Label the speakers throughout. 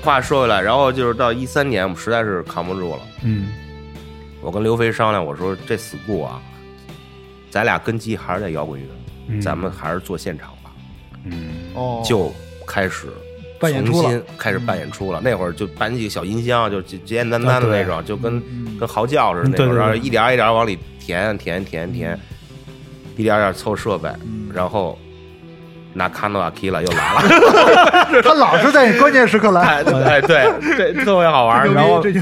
Speaker 1: 话说回来，然后就是到一三年，我们实在是扛不住了。
Speaker 2: 嗯，
Speaker 1: 我跟刘飞商量，我说这 school 啊，咱俩根基还是在摇滚乐，咱们还是做现场吧，
Speaker 3: 嗯哦，
Speaker 1: 就开始
Speaker 3: 办演出
Speaker 1: 重
Speaker 3: 了
Speaker 1: 新，开始办演出了。那会儿就搬几个小音箱，就就简简单单的那
Speaker 3: 啊
Speaker 1: 种，就跟
Speaker 3: 嗯
Speaker 1: 跟嚎叫似的那
Speaker 2: 对对
Speaker 1: 种，
Speaker 2: 对
Speaker 1: 然后一点儿一点儿往里填填填填，一点儿一点儿凑设备，
Speaker 3: 嗯
Speaker 1: 然后拿卡诺瓦基了又 来了。
Speaker 3: 他老是在关键时刻来，
Speaker 1: 哎，对，这特别好玩儿。
Speaker 3: 牛逼
Speaker 1: 然后
Speaker 3: 这就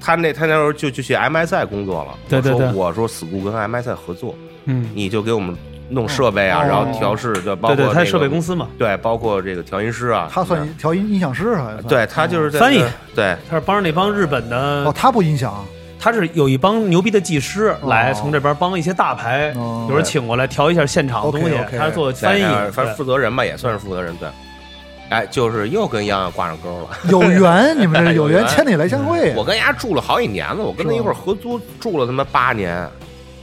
Speaker 1: 他那他那时候就就去 MSI 工作了。
Speaker 2: 对对对
Speaker 1: 我说我说 school 跟 MSI 合作，
Speaker 2: 嗯，
Speaker 1: 你就给我们弄设备啊，
Speaker 3: 哦
Speaker 1: 然后调试，就包括
Speaker 2: 对对，
Speaker 1: 那
Speaker 2: 他
Speaker 1: 个
Speaker 2: 是设备公，司嘛，
Speaker 1: 对，包括这个调音师啊，
Speaker 3: 他算
Speaker 1: 嗯
Speaker 3: 调音音响师好像算，
Speaker 1: 对他就是在
Speaker 2: 翻译，
Speaker 1: 对
Speaker 4: 他是帮着那帮日本
Speaker 3: 哦，
Speaker 4: 的，
Speaker 3: 他不音响，
Speaker 4: 他是有一帮牛逼的技师
Speaker 3: 哦
Speaker 4: 来从这边帮一些大牌，
Speaker 3: 哦
Speaker 4: 有人请过来调一下现场的东西
Speaker 3: OK，OK，
Speaker 4: 他是做
Speaker 1: 在
Speaker 4: 翻译
Speaker 1: 那儿，反正
Speaker 4: 对
Speaker 1: 负责人吧，也算是负责人，对。哎，就是又跟洋洋挂上钩了。
Speaker 3: 有 缘，你们这有
Speaker 1: 有缘嗯
Speaker 3: 缘千里来相会，
Speaker 1: 我跟人家住了好几年了，我跟他
Speaker 3: 是吧
Speaker 1: 一块儿合租住了他妈八年，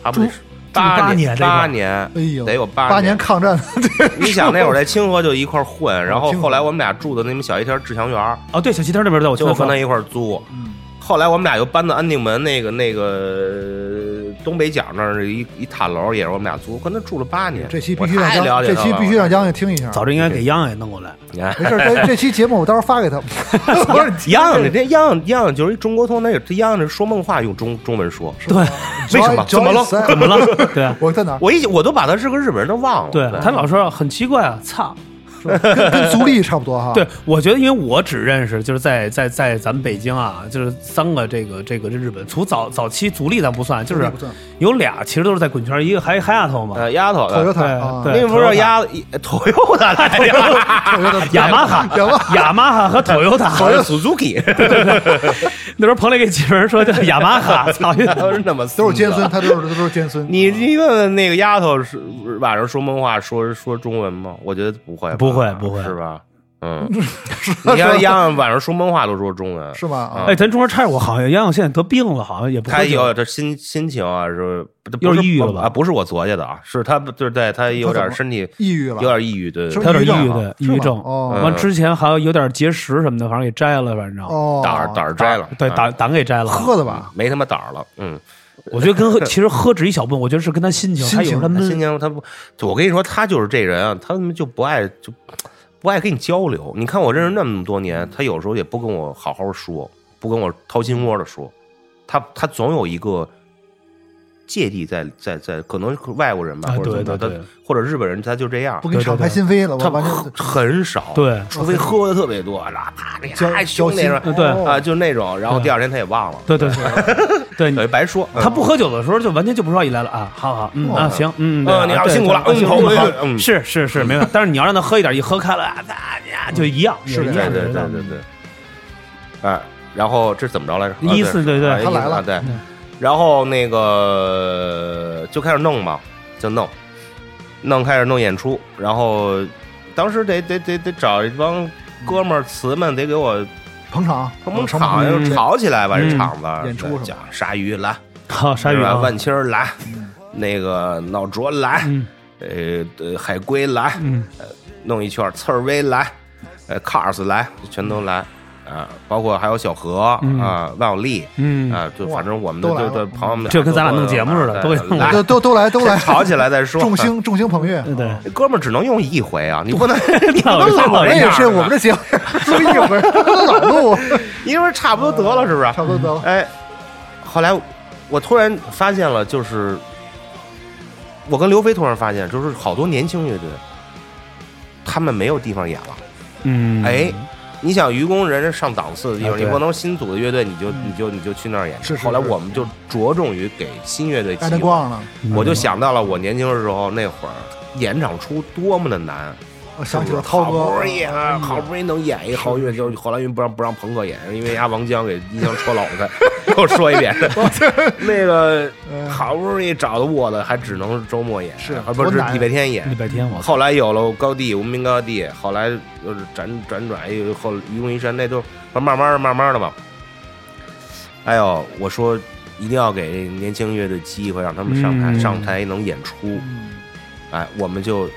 Speaker 1: 啊不
Speaker 3: 住
Speaker 1: 是八
Speaker 4: 八年这一块儿
Speaker 1: 八年，
Speaker 3: 哎呦，
Speaker 1: 得有八
Speaker 3: 八 年抗战，
Speaker 1: 你想那会儿在清河就一块儿混，然后
Speaker 3: 清河
Speaker 1: 后来我们俩住的那么小一条志强园儿，
Speaker 4: 哦，对，小西天那边在我
Speaker 1: 就
Speaker 4: 听
Speaker 1: 我
Speaker 4: 说
Speaker 1: 跟他一块儿租。
Speaker 3: 嗯
Speaker 1: 后来我们俩又搬到安定门那个那个呃东北角那儿一一塔楼，也是我们俩租，我跟他住了八年。
Speaker 3: 这期
Speaker 1: 我
Speaker 3: 必须让
Speaker 1: 太了
Speaker 3: 江，
Speaker 1: 解
Speaker 3: 这
Speaker 1: 他
Speaker 3: 期
Speaker 1: 了
Speaker 3: 必须让江江听一下，
Speaker 2: 早知应该给央央也弄过来。
Speaker 1: 你 看
Speaker 3: 没事，这 这期节目我到时候发给他，不是
Speaker 1: 一样的，这一样一样就是一中国通，那个一样的说梦话用中中文说，
Speaker 4: 对，
Speaker 1: 为什么怎么了？
Speaker 4: 怎么了？对啊，
Speaker 3: 我在哪儿？
Speaker 1: 我一我都把他是个日本人都忘了。
Speaker 4: 对啊他老说很奇怪啊，操！
Speaker 3: 跟跟足力差不多哈。
Speaker 4: 对，，我觉得因为我只认识就是在在在咱们北京啊，就是三个这个这个这日本，从早早期足力咱不算，就是
Speaker 3: 不算
Speaker 4: 有俩其实都是在滚圈，一个还还丫头嘛，
Speaker 1: 呃丫头
Speaker 3: 口油
Speaker 1: 的，
Speaker 3: 塔啊，
Speaker 4: 对
Speaker 1: 那不是鸭子头油的哎 来着，
Speaker 3: 口油塔，
Speaker 4: 雅马哈
Speaker 3: 雅马哈，
Speaker 4: 雅马哈和 Toyota。
Speaker 1: 好像 Suzuki，
Speaker 4: 那时候彭磊给几个人说叫雅马哈，操！
Speaker 1: 都是那么
Speaker 3: 都是尖
Speaker 1: 孙。
Speaker 3: 孙，他都是都是尖啊孙。
Speaker 1: 你你问问那个丫头是晚上说梦话说说中文吗？我觉得不会吧，
Speaker 4: 不会不会
Speaker 1: 是吧？ 嗯，你看丫头晚上说梦话都说中文，
Speaker 3: 是吗？啊
Speaker 4: 哎，咱中间插一我好像杨永现在得病了，好像也不
Speaker 1: 她
Speaker 4: 喝酒
Speaker 1: 有点心心情啊，是不
Speaker 4: 又
Speaker 1: 不
Speaker 4: 是
Speaker 1: 是
Speaker 4: 抑郁了吧
Speaker 1: 啊，不是我昨天的啊，是她就是在她有点身体
Speaker 3: 抑郁了，
Speaker 1: 有点抑郁，对，
Speaker 3: 是不
Speaker 4: 他
Speaker 1: 她
Speaker 3: 是
Speaker 4: 有点抑
Speaker 3: 抑郁症啊是
Speaker 4: 郁的抑郁
Speaker 3: 吗
Speaker 4: 症，
Speaker 3: 哦
Speaker 4: 完之前还有有点结石什么的，反正给摘了，反正
Speaker 3: 哦，
Speaker 1: 胆儿胆儿摘了，
Speaker 4: 对
Speaker 1: 嗯
Speaker 4: 胆胆给摘了。
Speaker 3: 喝的吧？
Speaker 1: 没他妈胆儿了，嗯，
Speaker 4: 我觉得跟喝其实喝只一小部分，我觉得是跟他心情，
Speaker 3: 心
Speaker 4: 他有时候他
Speaker 1: 她心
Speaker 4: 闷。
Speaker 1: 情她不，我跟你说，她就是这人啊，她他妈就不爱就不爱跟你交流。你看我认识那么多年，她有时候也不跟我好好说，不跟我掏心窝的说，她她总有一个芥蒂在在在，可能是外国人吧，
Speaker 4: 啊
Speaker 1: 或者
Speaker 4: 对
Speaker 1: 怎么
Speaker 4: 对
Speaker 1: 的，
Speaker 4: 对
Speaker 1: 她或者日本人，他就这样
Speaker 3: 不，给你
Speaker 4: 对对
Speaker 3: 敞开
Speaker 4: 对
Speaker 3: 心扉了，我
Speaker 1: 他
Speaker 3: 完全
Speaker 1: 喝很少，
Speaker 4: 对
Speaker 1: 除非喝的特别多，然后啪，你
Speaker 3: 交
Speaker 1: 还
Speaker 3: 交
Speaker 1: 哎兄弟
Speaker 3: 心
Speaker 1: 说，
Speaker 4: 对
Speaker 3: 哦
Speaker 1: 啊，就那种，然后第二天他也忘了，
Speaker 4: 对对对对，
Speaker 1: 等
Speaker 4: 你
Speaker 1: 于白说，嗯
Speaker 4: 他不喝酒的时候就完全就不说一来了啊，好好，嗯
Speaker 3: 哦
Speaker 4: 啊行，嗯，对
Speaker 1: 嗯你要
Speaker 4: 对
Speaker 1: 辛苦了
Speaker 4: 对
Speaker 1: 嗯
Speaker 4: 辛苦
Speaker 1: 头回
Speaker 4: 好
Speaker 1: 嗯
Speaker 4: 是是是，没有。但是你要让他喝一点，一喝开了啊，他呀就一样，
Speaker 3: 是
Speaker 4: 也
Speaker 3: 这
Speaker 4: 一
Speaker 1: 对
Speaker 4: 样
Speaker 3: 样
Speaker 1: 对
Speaker 4: 是这
Speaker 1: 对
Speaker 4: 样
Speaker 1: 对对，哎，然后这是怎么着来着？啊
Speaker 4: 一四对对
Speaker 1: 啊
Speaker 3: 他来了
Speaker 1: 啊对，
Speaker 4: 嗯
Speaker 1: 然后那个就开始弄嘛，就弄，弄开始弄演出，然后当时得得得得找一帮哥们儿词们得给我
Speaker 3: 捧场，
Speaker 1: 捧捧
Speaker 3: 场
Speaker 1: 场，
Speaker 4: 嗯
Speaker 1: 就吵起来吧，这
Speaker 4: 嗯
Speaker 1: 场子
Speaker 3: 演出什么的
Speaker 1: 讲鲨鱼来，
Speaker 4: 好，鲨鱼
Speaker 1: 是吧
Speaker 4: 啊，
Speaker 1: 万青儿来，那个脑浊来，
Speaker 4: 嗯
Speaker 1: 呃呃海龟来，呃
Speaker 4: 嗯，
Speaker 1: 弄一圈儿，刺儿威来，呃，Cars 来，就全都来啊，包括还有小何
Speaker 4: 嗯
Speaker 1: 啊，万有利
Speaker 4: 嗯，
Speaker 1: 啊，就
Speaker 3: 哇
Speaker 1: 反正我们的
Speaker 3: 都来
Speaker 1: 就
Speaker 3: 了
Speaker 1: 就朋友们
Speaker 4: 就跟咱俩弄节目似的
Speaker 1: 都哎
Speaker 4: 都给弄
Speaker 1: 来
Speaker 3: 都都都来都来
Speaker 1: 先，吵起来再说。
Speaker 3: 众星众星捧月。
Speaker 4: 嗯对对，
Speaker 1: 哥们儿只能用一回啊，你不能 你不
Speaker 4: 老
Speaker 1: 能老
Speaker 4: 老
Speaker 1: 这
Speaker 3: 也
Speaker 1: 样
Speaker 3: 是
Speaker 1: 儿
Speaker 3: 我们
Speaker 1: 吧
Speaker 3: 这 节目说一回老录，
Speaker 1: 你说差不多得了是不是？
Speaker 3: 差不多得 了。
Speaker 1: 哎，后来我突然发现了，就是我跟刘飞突然发现，就是好多年轻乐队，他们没有地方演了。
Speaker 4: 嗯，
Speaker 1: 哎，你想愚公人家上档次的地
Speaker 4: 啊
Speaker 1: 方，你
Speaker 4: 对嗯
Speaker 1: 不能新组的乐队你就你就你就去那儿演。
Speaker 3: 是是
Speaker 1: 后来
Speaker 3: 是
Speaker 1: 我们就着重于给新乐队
Speaker 3: 带
Speaker 1: 机
Speaker 3: 灯
Speaker 1: 会，
Speaker 3: 光了，
Speaker 4: 嗯
Speaker 1: 我就想到了我年轻的时候那会儿演场出多么的难，
Speaker 3: 我想起了
Speaker 1: 好
Speaker 3: 涛哥嗯
Speaker 1: 不，容易啊，好不容易能演一个好乐，就后来因为不让不让朋克演，因为压王江给音箱戳脑 袋。又说一遍， 那个
Speaker 3: 嗯
Speaker 1: 好不容易找到我的，还只能是周末演，
Speaker 3: 是
Speaker 1: 啊，不
Speaker 3: 多
Speaker 1: 是
Speaker 3: 难
Speaker 1: 礼拜天演
Speaker 4: 礼。拜天我
Speaker 1: 后来有了高地，无名高地，后来又是辗辗转，又后愚公移山，那都慢慢的、慢慢的吧。哎呦，我说一定要给年轻乐队机会，让他们上台，
Speaker 4: 嗯
Speaker 1: 上台能演出。
Speaker 3: 嗯，
Speaker 1: 哎，我们就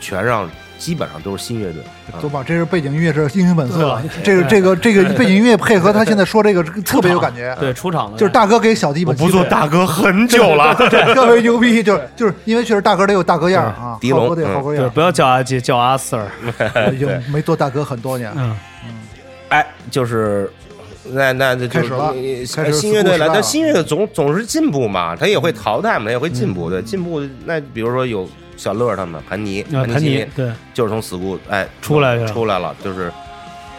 Speaker 1: 全让，基本上都是新乐队。啊
Speaker 3: 走吧，这是背景音乐是英雄本色这
Speaker 4: 对，
Speaker 3: 个这个这个背景音乐配合他现在说这个这个特别有感觉，
Speaker 4: 对出场了，
Speaker 3: 就是大哥给小弟们机会
Speaker 1: 哥很久了，
Speaker 3: 特别牛逼，就是就是因为确实大哥得有大哥样儿啊，
Speaker 1: 对
Speaker 3: 浩哥得
Speaker 1: 狄
Speaker 3: 有
Speaker 1: 龙
Speaker 3: 浩哥
Speaker 4: 对
Speaker 3: 样
Speaker 4: 不要叫阿杰叫阿 Sir，
Speaker 3: 儿，已经没做大哥很多年，
Speaker 4: 嗯，
Speaker 1: 哎，就是。那那就
Speaker 3: 开始了
Speaker 1: 就是
Speaker 3: 开始
Speaker 1: 新乐队
Speaker 3: 复古时代
Speaker 1: 了，
Speaker 3: 了
Speaker 1: 但新乐队总总是进步嘛，他也会淘汰嘛，他也会进步。对，进步。那比如说有小乐他们，盘尼，
Speaker 4: 啊
Speaker 1: 盘
Speaker 4: 盘尼
Speaker 1: 尼
Speaker 4: 对
Speaker 1: 就是从 school 哎
Speaker 4: 出来的
Speaker 1: 出来了，就是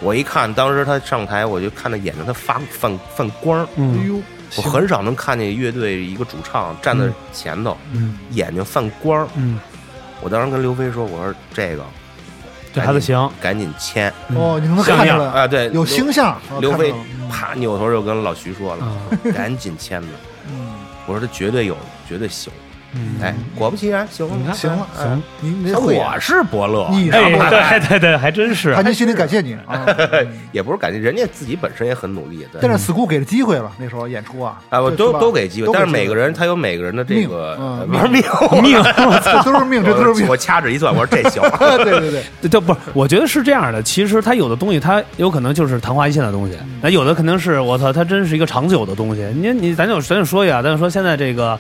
Speaker 1: 我一看，当时他上台，我就看他眼睛他发泛泛光儿，
Speaker 3: 哎
Speaker 4: 嗯
Speaker 3: 呦，
Speaker 1: 我
Speaker 3: 行
Speaker 1: 很少能看见乐队一个主唱站在
Speaker 4: 嗯
Speaker 1: 前头，
Speaker 4: 嗯
Speaker 1: 眼睛泛光儿。
Speaker 4: 嗯，
Speaker 1: 我当时跟刘飞说，我说这个
Speaker 4: 这孩子行，
Speaker 1: 赶紧签
Speaker 3: 哦，你能
Speaker 4: 像
Speaker 3: 看出
Speaker 4: 样
Speaker 3: 来
Speaker 1: 啊，对，
Speaker 3: 有星象，我
Speaker 1: 刘
Speaker 3: 看
Speaker 1: 飞
Speaker 3: 到了嗯
Speaker 1: 啪扭头就跟老徐 说了，
Speaker 4: 啊
Speaker 1: 赶紧签吧。
Speaker 3: 嗯
Speaker 1: 我说他绝对有，绝对行。
Speaker 4: 嗯
Speaker 1: 哎，果不其然，行
Speaker 4: 你看
Speaker 1: 了，
Speaker 3: 行了，
Speaker 1: 哎
Speaker 4: 行，
Speaker 3: 你你得会演
Speaker 1: 我是伯乐，
Speaker 3: 你
Speaker 4: 哎对对对，还真是
Speaker 3: 潘金心里感谢你 啊，嗯
Speaker 1: 也不是感觉人家自己本身也很努力，对
Speaker 3: 但是 school 给了机会了，那时候演出啊，
Speaker 1: 啊，我
Speaker 3: 对
Speaker 1: 都
Speaker 3: 是吧
Speaker 1: 都给机会
Speaker 3: 都，给
Speaker 1: 但是
Speaker 3: 机会
Speaker 1: 每个人他有每个人的这
Speaker 3: 命
Speaker 1: 个
Speaker 3: 嗯
Speaker 1: 呃
Speaker 3: 命
Speaker 1: 玩命，
Speaker 4: 命，
Speaker 3: 这都是命， 这都是
Speaker 1: 我
Speaker 3: 命，
Speaker 1: 我掐指一算，我说这行，
Speaker 3: 对对对，
Speaker 4: 对对，不是，我觉得是这样的。其实它有的东西，它有可能就是昙花一现的东西，
Speaker 1: 嗯
Speaker 4: 那有的肯定是我操，它真是一个长久的东西。你你，咱就咱就说一下，咱就说现在这个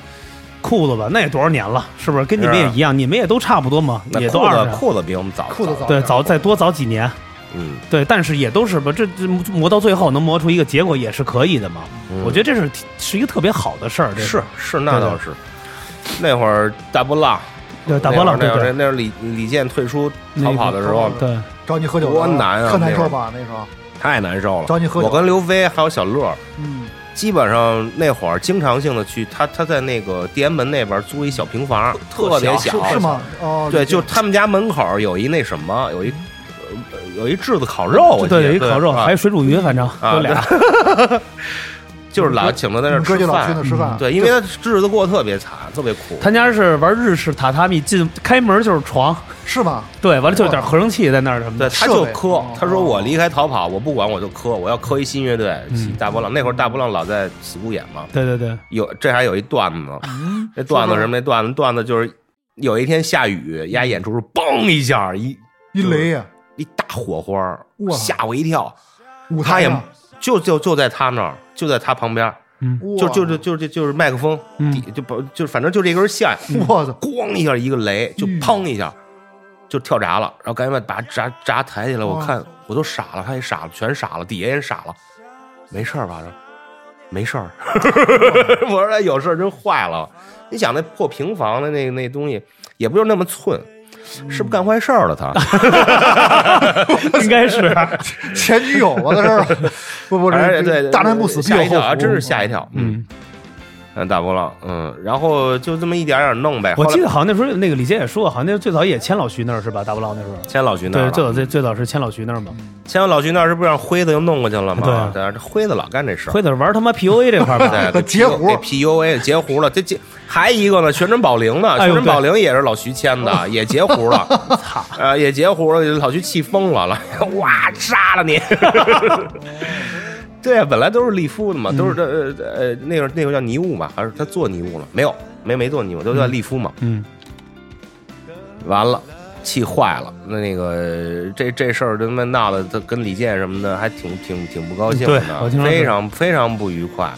Speaker 4: 裤子吧，那也多少年了，是不是？跟你们
Speaker 1: 是啊
Speaker 4: 也一样，你们也都差不多嘛，
Speaker 1: 那
Speaker 4: 也都
Speaker 1: 裤
Speaker 4: 二十
Speaker 1: 子
Speaker 4: 了，
Speaker 1: 裤子比我们早，
Speaker 3: 裤子早
Speaker 4: 对，早再多早几年，
Speaker 1: 嗯，
Speaker 4: 对，但是也都是吧，这这磨到最后能磨出一个结果也是可以的嘛。
Speaker 1: 嗯
Speaker 4: 我觉得这是是一个特别好的事儿，这个
Speaker 1: 是是，那倒是。那会儿大波浪，
Speaker 4: 对大波浪
Speaker 1: 那
Speaker 4: 对
Speaker 1: 会儿
Speaker 4: 对
Speaker 1: 那会儿李李健退出
Speaker 4: 那
Speaker 1: 逃
Speaker 4: 个
Speaker 1: 跑的时候，
Speaker 4: 对，
Speaker 3: 找你喝酒
Speaker 1: 多难啊
Speaker 3: 特难受吧那时候，
Speaker 1: 太难受了。
Speaker 3: 找你喝酒
Speaker 1: 我跟刘飞还有小乐，
Speaker 3: 嗯，
Speaker 1: 基本上那会儿经常性的去他他在那个地安门那边租一小平房，特别
Speaker 3: 是是吗？哦，
Speaker 1: 啊对，就他们家门口有一那什么，有一呃有一炙子烤肉，我记得
Speaker 4: 对，有一烤嗯肉，
Speaker 1: 啊
Speaker 4: 还有水煮鱼，反正
Speaker 1: 啊
Speaker 4: 有俩，
Speaker 1: 就是老请他在
Speaker 3: 你
Speaker 1: 那儿
Speaker 3: 们哥
Speaker 1: 吃
Speaker 3: 就老去
Speaker 1: 饭嗯
Speaker 3: 那。吃饭，
Speaker 1: 对，因为他日子过得特别惨，特别苦。
Speaker 4: 他家是玩日式榻榻米，进开门就是床，
Speaker 3: 是吗？
Speaker 4: 对，完了就有点合成器在那儿什么
Speaker 1: 对，
Speaker 4: 的，
Speaker 1: 他就
Speaker 3: 设备
Speaker 1: 磕
Speaker 3: 哦，
Speaker 1: 他说我离开逃跑，我不管，我就磕，我要磕一新乐队，
Speaker 4: 嗯
Speaker 1: 大波浪。那会儿大波浪老在死谷演嘛，
Speaker 4: 对对对，
Speaker 1: 有这还有一段子呢，
Speaker 3: 嗯，
Speaker 1: 那段子什么？那段子段子就是有一天下雨，
Speaker 3: 嗯
Speaker 1: 丫演出时嘣一下一
Speaker 3: 一雷啊呀，
Speaker 1: 一大火花儿，
Speaker 3: 哇
Speaker 1: 吓我一跳。
Speaker 3: 舞
Speaker 1: 他
Speaker 3: 台啊
Speaker 1: 也
Speaker 3: 上
Speaker 1: 就就就在他那儿，就在他旁边儿，
Speaker 4: 嗯，
Speaker 1: 就就就就就就是麦克风
Speaker 4: 嗯
Speaker 1: 底就不就反正就这根线，
Speaker 3: 我操，
Speaker 1: 咣一下一个雷，就
Speaker 3: 嗯
Speaker 1: 砰一下就跳闸了，然后赶紧把把闸闸抬起来，我
Speaker 3: 哇
Speaker 1: 看我都傻了，他也傻了，全傻了，底下也傻了，没事儿吧？没事儿，我说哎有事儿真坏了。你想那破平房的那那东西，也不就那么寸，
Speaker 3: 嗯
Speaker 1: 是不是干坏事儿 了他？
Speaker 4: 嗯应该是
Speaker 3: 前女友啊，在这儿， 不不，
Speaker 1: 嗯哎，
Speaker 3: 这
Speaker 1: 对，对
Speaker 3: 大难不死必
Speaker 1: 吓
Speaker 3: 有
Speaker 1: 一跳啊，
Speaker 3: 后福，
Speaker 1: 真是吓一跳。
Speaker 4: 嗯，
Speaker 1: 嗯，大波浪，嗯，然后就这么一点点弄呗。
Speaker 4: 我
Speaker 1: 后来
Speaker 4: 记得好像那时候那个李健也说，好像那最早也签老徐那儿是吧？大波浪那时候，
Speaker 1: 签老徐那儿
Speaker 4: 对，
Speaker 1: 了
Speaker 4: 最早最最早是嗯签老徐那儿嘛。
Speaker 1: 签完老徐那儿，这不让辉子又弄过去了吗？
Speaker 4: 对
Speaker 1: 对，这辉子老干这事儿。
Speaker 4: 辉子是玩他妈 PUA 这 块儿吧？
Speaker 1: 对，给
Speaker 3: 截胡
Speaker 1: 给 PUA 截胡了，这截还一个呢，全真保龄呢，
Speaker 4: 哎呦
Speaker 1: 全真保龄也是老徐签 的，也截胡了，操，呃，也截胡了，老徐气疯了，了， 哇，杀了你！ 对啊，本来都是利夫的嘛，都是这呃呃那会儿那会儿叫尼物嘛，还是他做尼物了？没有，没没做尼物，都叫利夫嘛。
Speaker 4: 嗯，
Speaker 1: 完了，气坏了。那那个这这事儿他妈闹的，他跟李健什么的还挺挺挺不高兴
Speaker 4: 对我
Speaker 1: 的
Speaker 4: 听，说
Speaker 1: 非
Speaker 4: 是
Speaker 1: 常非常不愉快。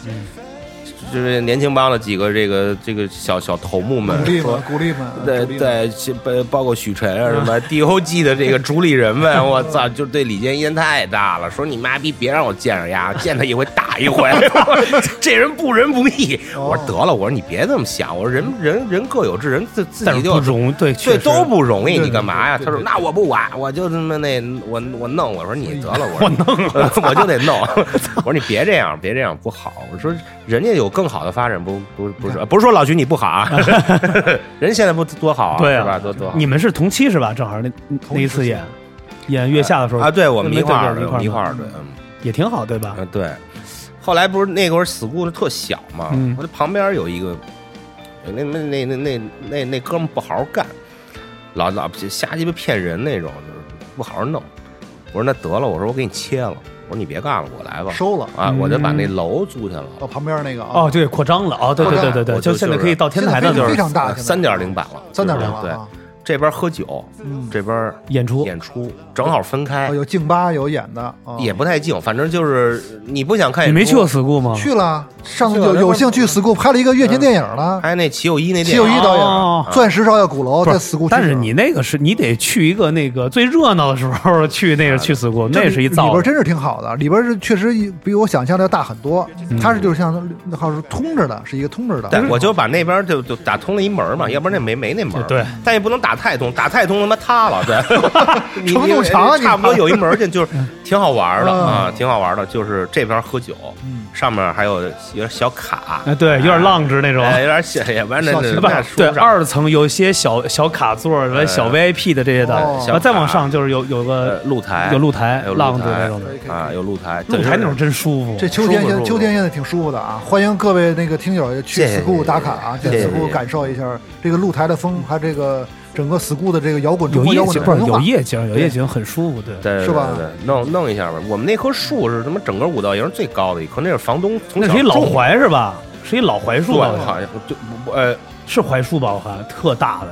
Speaker 1: 就是年轻帮的几个这个这个小小头目们
Speaker 3: 鼓励
Speaker 1: 说
Speaker 3: 们，鼓励们，
Speaker 1: 嗯对
Speaker 3: 鼓励们，
Speaker 1: 对，其包包括许晨啊什么 DOG 的这个主理人们，我操，就对李健意见太大了，说你妈逼别让我见着丫， 见他一回打一回， 这人不仁不义。我说得了，我说你别这么想，我说人人人各有志，人自自
Speaker 4: 但
Speaker 1: 己
Speaker 4: 是
Speaker 1: 就
Speaker 4: 不容对，确
Speaker 1: 这
Speaker 4: 实
Speaker 1: 都不容易，你干嘛呀？
Speaker 3: 对
Speaker 1: 他说
Speaker 3: 对
Speaker 1: 那我不管，我就他妈那我我弄，我说呃你 得了，我说我弄，我就得弄。我说你别这样，别这样不好。我说人家有更好的发展，不不不是不是说老徐你不好啊， 人现在不多好啊，
Speaker 4: 对啊
Speaker 1: 是吧？多多好
Speaker 4: 你们是同期是吧？正好那那一次演演月下的时候
Speaker 1: 啊！对，我们
Speaker 4: 对
Speaker 1: 一块儿
Speaker 4: 对对
Speaker 1: 的，
Speaker 4: 一
Speaker 1: 我
Speaker 4: 块儿
Speaker 1: 们
Speaker 4: 的
Speaker 1: 一块儿的，嗯
Speaker 4: 也挺好，对吧？
Speaker 1: 啊，对。后来不是那会儿 school 特小嘛，
Speaker 4: 嗯
Speaker 1: 我这旁边有一个，那那那那那那那哥们不好好干，老老瞎鸡巴骗人那种，就是不好好弄。我说那得了，我说我给你切了，我说你别干了，我来吧。
Speaker 3: 收了
Speaker 1: 啊，我就把
Speaker 4: 嗯
Speaker 1: 那楼租下了。
Speaker 3: 到旁边那个啊
Speaker 4: 哦，，对，扩张了哦，对对对对对，
Speaker 1: 我就
Speaker 4: 现在
Speaker 1: 就是
Speaker 4: 可以到天台
Speaker 3: 现在
Speaker 4: 的
Speaker 3: 非
Speaker 4: 就
Speaker 1: 就是
Speaker 3: 非常大现在
Speaker 1: 三点零版了，
Speaker 3: 三点零
Speaker 1: 就是
Speaker 3: 了
Speaker 1: 对，
Speaker 3: 啊，
Speaker 1: 这边喝酒，
Speaker 3: 嗯，
Speaker 1: 这边
Speaker 4: 演出，
Speaker 1: 演出，正好分开
Speaker 3: 哦，有静吧有演的，啊
Speaker 1: 也不太近，反正就是你不想看演
Speaker 4: 你
Speaker 1: 出。
Speaker 4: 没去过 school 吗？
Speaker 3: 去了，上次
Speaker 1: 去了呃
Speaker 3: 有
Speaker 1: 然后
Speaker 3: 有幸去 school 拍了一个月前电影了，
Speaker 1: 拍那齐友一那
Speaker 3: 齐
Speaker 1: 电
Speaker 3: 友
Speaker 1: 影
Speaker 3: 一导
Speaker 4: 哦
Speaker 3: 演《钻石照耀鼓楼》
Speaker 4: 不
Speaker 3: 在
Speaker 4: 是
Speaker 3: school，
Speaker 4: 但是
Speaker 3: 取景
Speaker 4: 你那个是你得去一个那个最热闹的时候去那个去 school，
Speaker 3: 这
Speaker 4: 那是一
Speaker 3: 里
Speaker 4: 造
Speaker 3: 边真是挺好的，里边是确实比我想象的要大很多。
Speaker 4: 嗯
Speaker 3: 它是就是像那好像是通着的，是一个通着的。
Speaker 1: 啊对，我就把那边就就打通了一门嘛，要不然那没没那门。
Speaker 4: 对，
Speaker 1: 但也不能打太通，打太通他妈塌了。 对，你
Speaker 3: 承重墙啊
Speaker 1: 你
Speaker 3: 你
Speaker 1: 差不多有一门去，就是挺好玩的
Speaker 3: 嗯
Speaker 1: 啊，挺好玩的。就是这边喝酒，
Speaker 3: 嗯
Speaker 1: 上面还有有点小卡，
Speaker 4: 哎，对，有点浪直那种。
Speaker 1: 哎，有点小，也不然那
Speaker 3: 小
Speaker 1: 那
Speaker 3: 型
Speaker 4: 不
Speaker 1: 那
Speaker 4: 是
Speaker 1: 书
Speaker 4: 对，
Speaker 1: 上
Speaker 4: 二层有一些小小卡座、
Speaker 1: 哎
Speaker 4: 小 VIP 的这些的，
Speaker 3: 哦
Speaker 4: 然后再往
Speaker 1: 小卡
Speaker 4: 上就是有有
Speaker 1: 呃
Speaker 4: 个
Speaker 1: 露台
Speaker 4: 有露台
Speaker 1: 有、露
Speaker 4: 浪子
Speaker 1: 台
Speaker 4: 那种
Speaker 3: 哎
Speaker 4: 的，
Speaker 1: 啊，有露台，
Speaker 4: 露台那种真舒服。
Speaker 3: 这秋天
Speaker 1: 舒服
Speaker 3: 现
Speaker 1: 舒服
Speaker 3: 秋天现在挺舒服的啊！欢迎各位那个听友去
Speaker 1: 谢谢
Speaker 3: school 打卡啊，
Speaker 1: 谢
Speaker 3: 去
Speaker 1: 谢谢谢
Speaker 3: school 感受一下这个露台的风，还有这个整个 school 的这个摇滚中
Speaker 4: 有
Speaker 3: 国
Speaker 4: 夜
Speaker 3: 摇滚
Speaker 4: 景，
Speaker 3: 的
Speaker 4: 不是
Speaker 3: 文
Speaker 4: 有
Speaker 3: 化。
Speaker 4: 夜景，有夜景很舒服，对。
Speaker 1: 对
Speaker 3: 是吧
Speaker 1: 对对，对弄弄一下吧。我们那棵树是他妈整个五道营最高的一棵，那是房东从
Speaker 4: 那
Speaker 1: 小
Speaker 4: 是一老
Speaker 1: 种的，
Speaker 4: 槐是吧？是一老槐
Speaker 1: 对，
Speaker 4: 树吧？我看
Speaker 1: 好像就不呃
Speaker 4: 是槐树吧？我看特大的，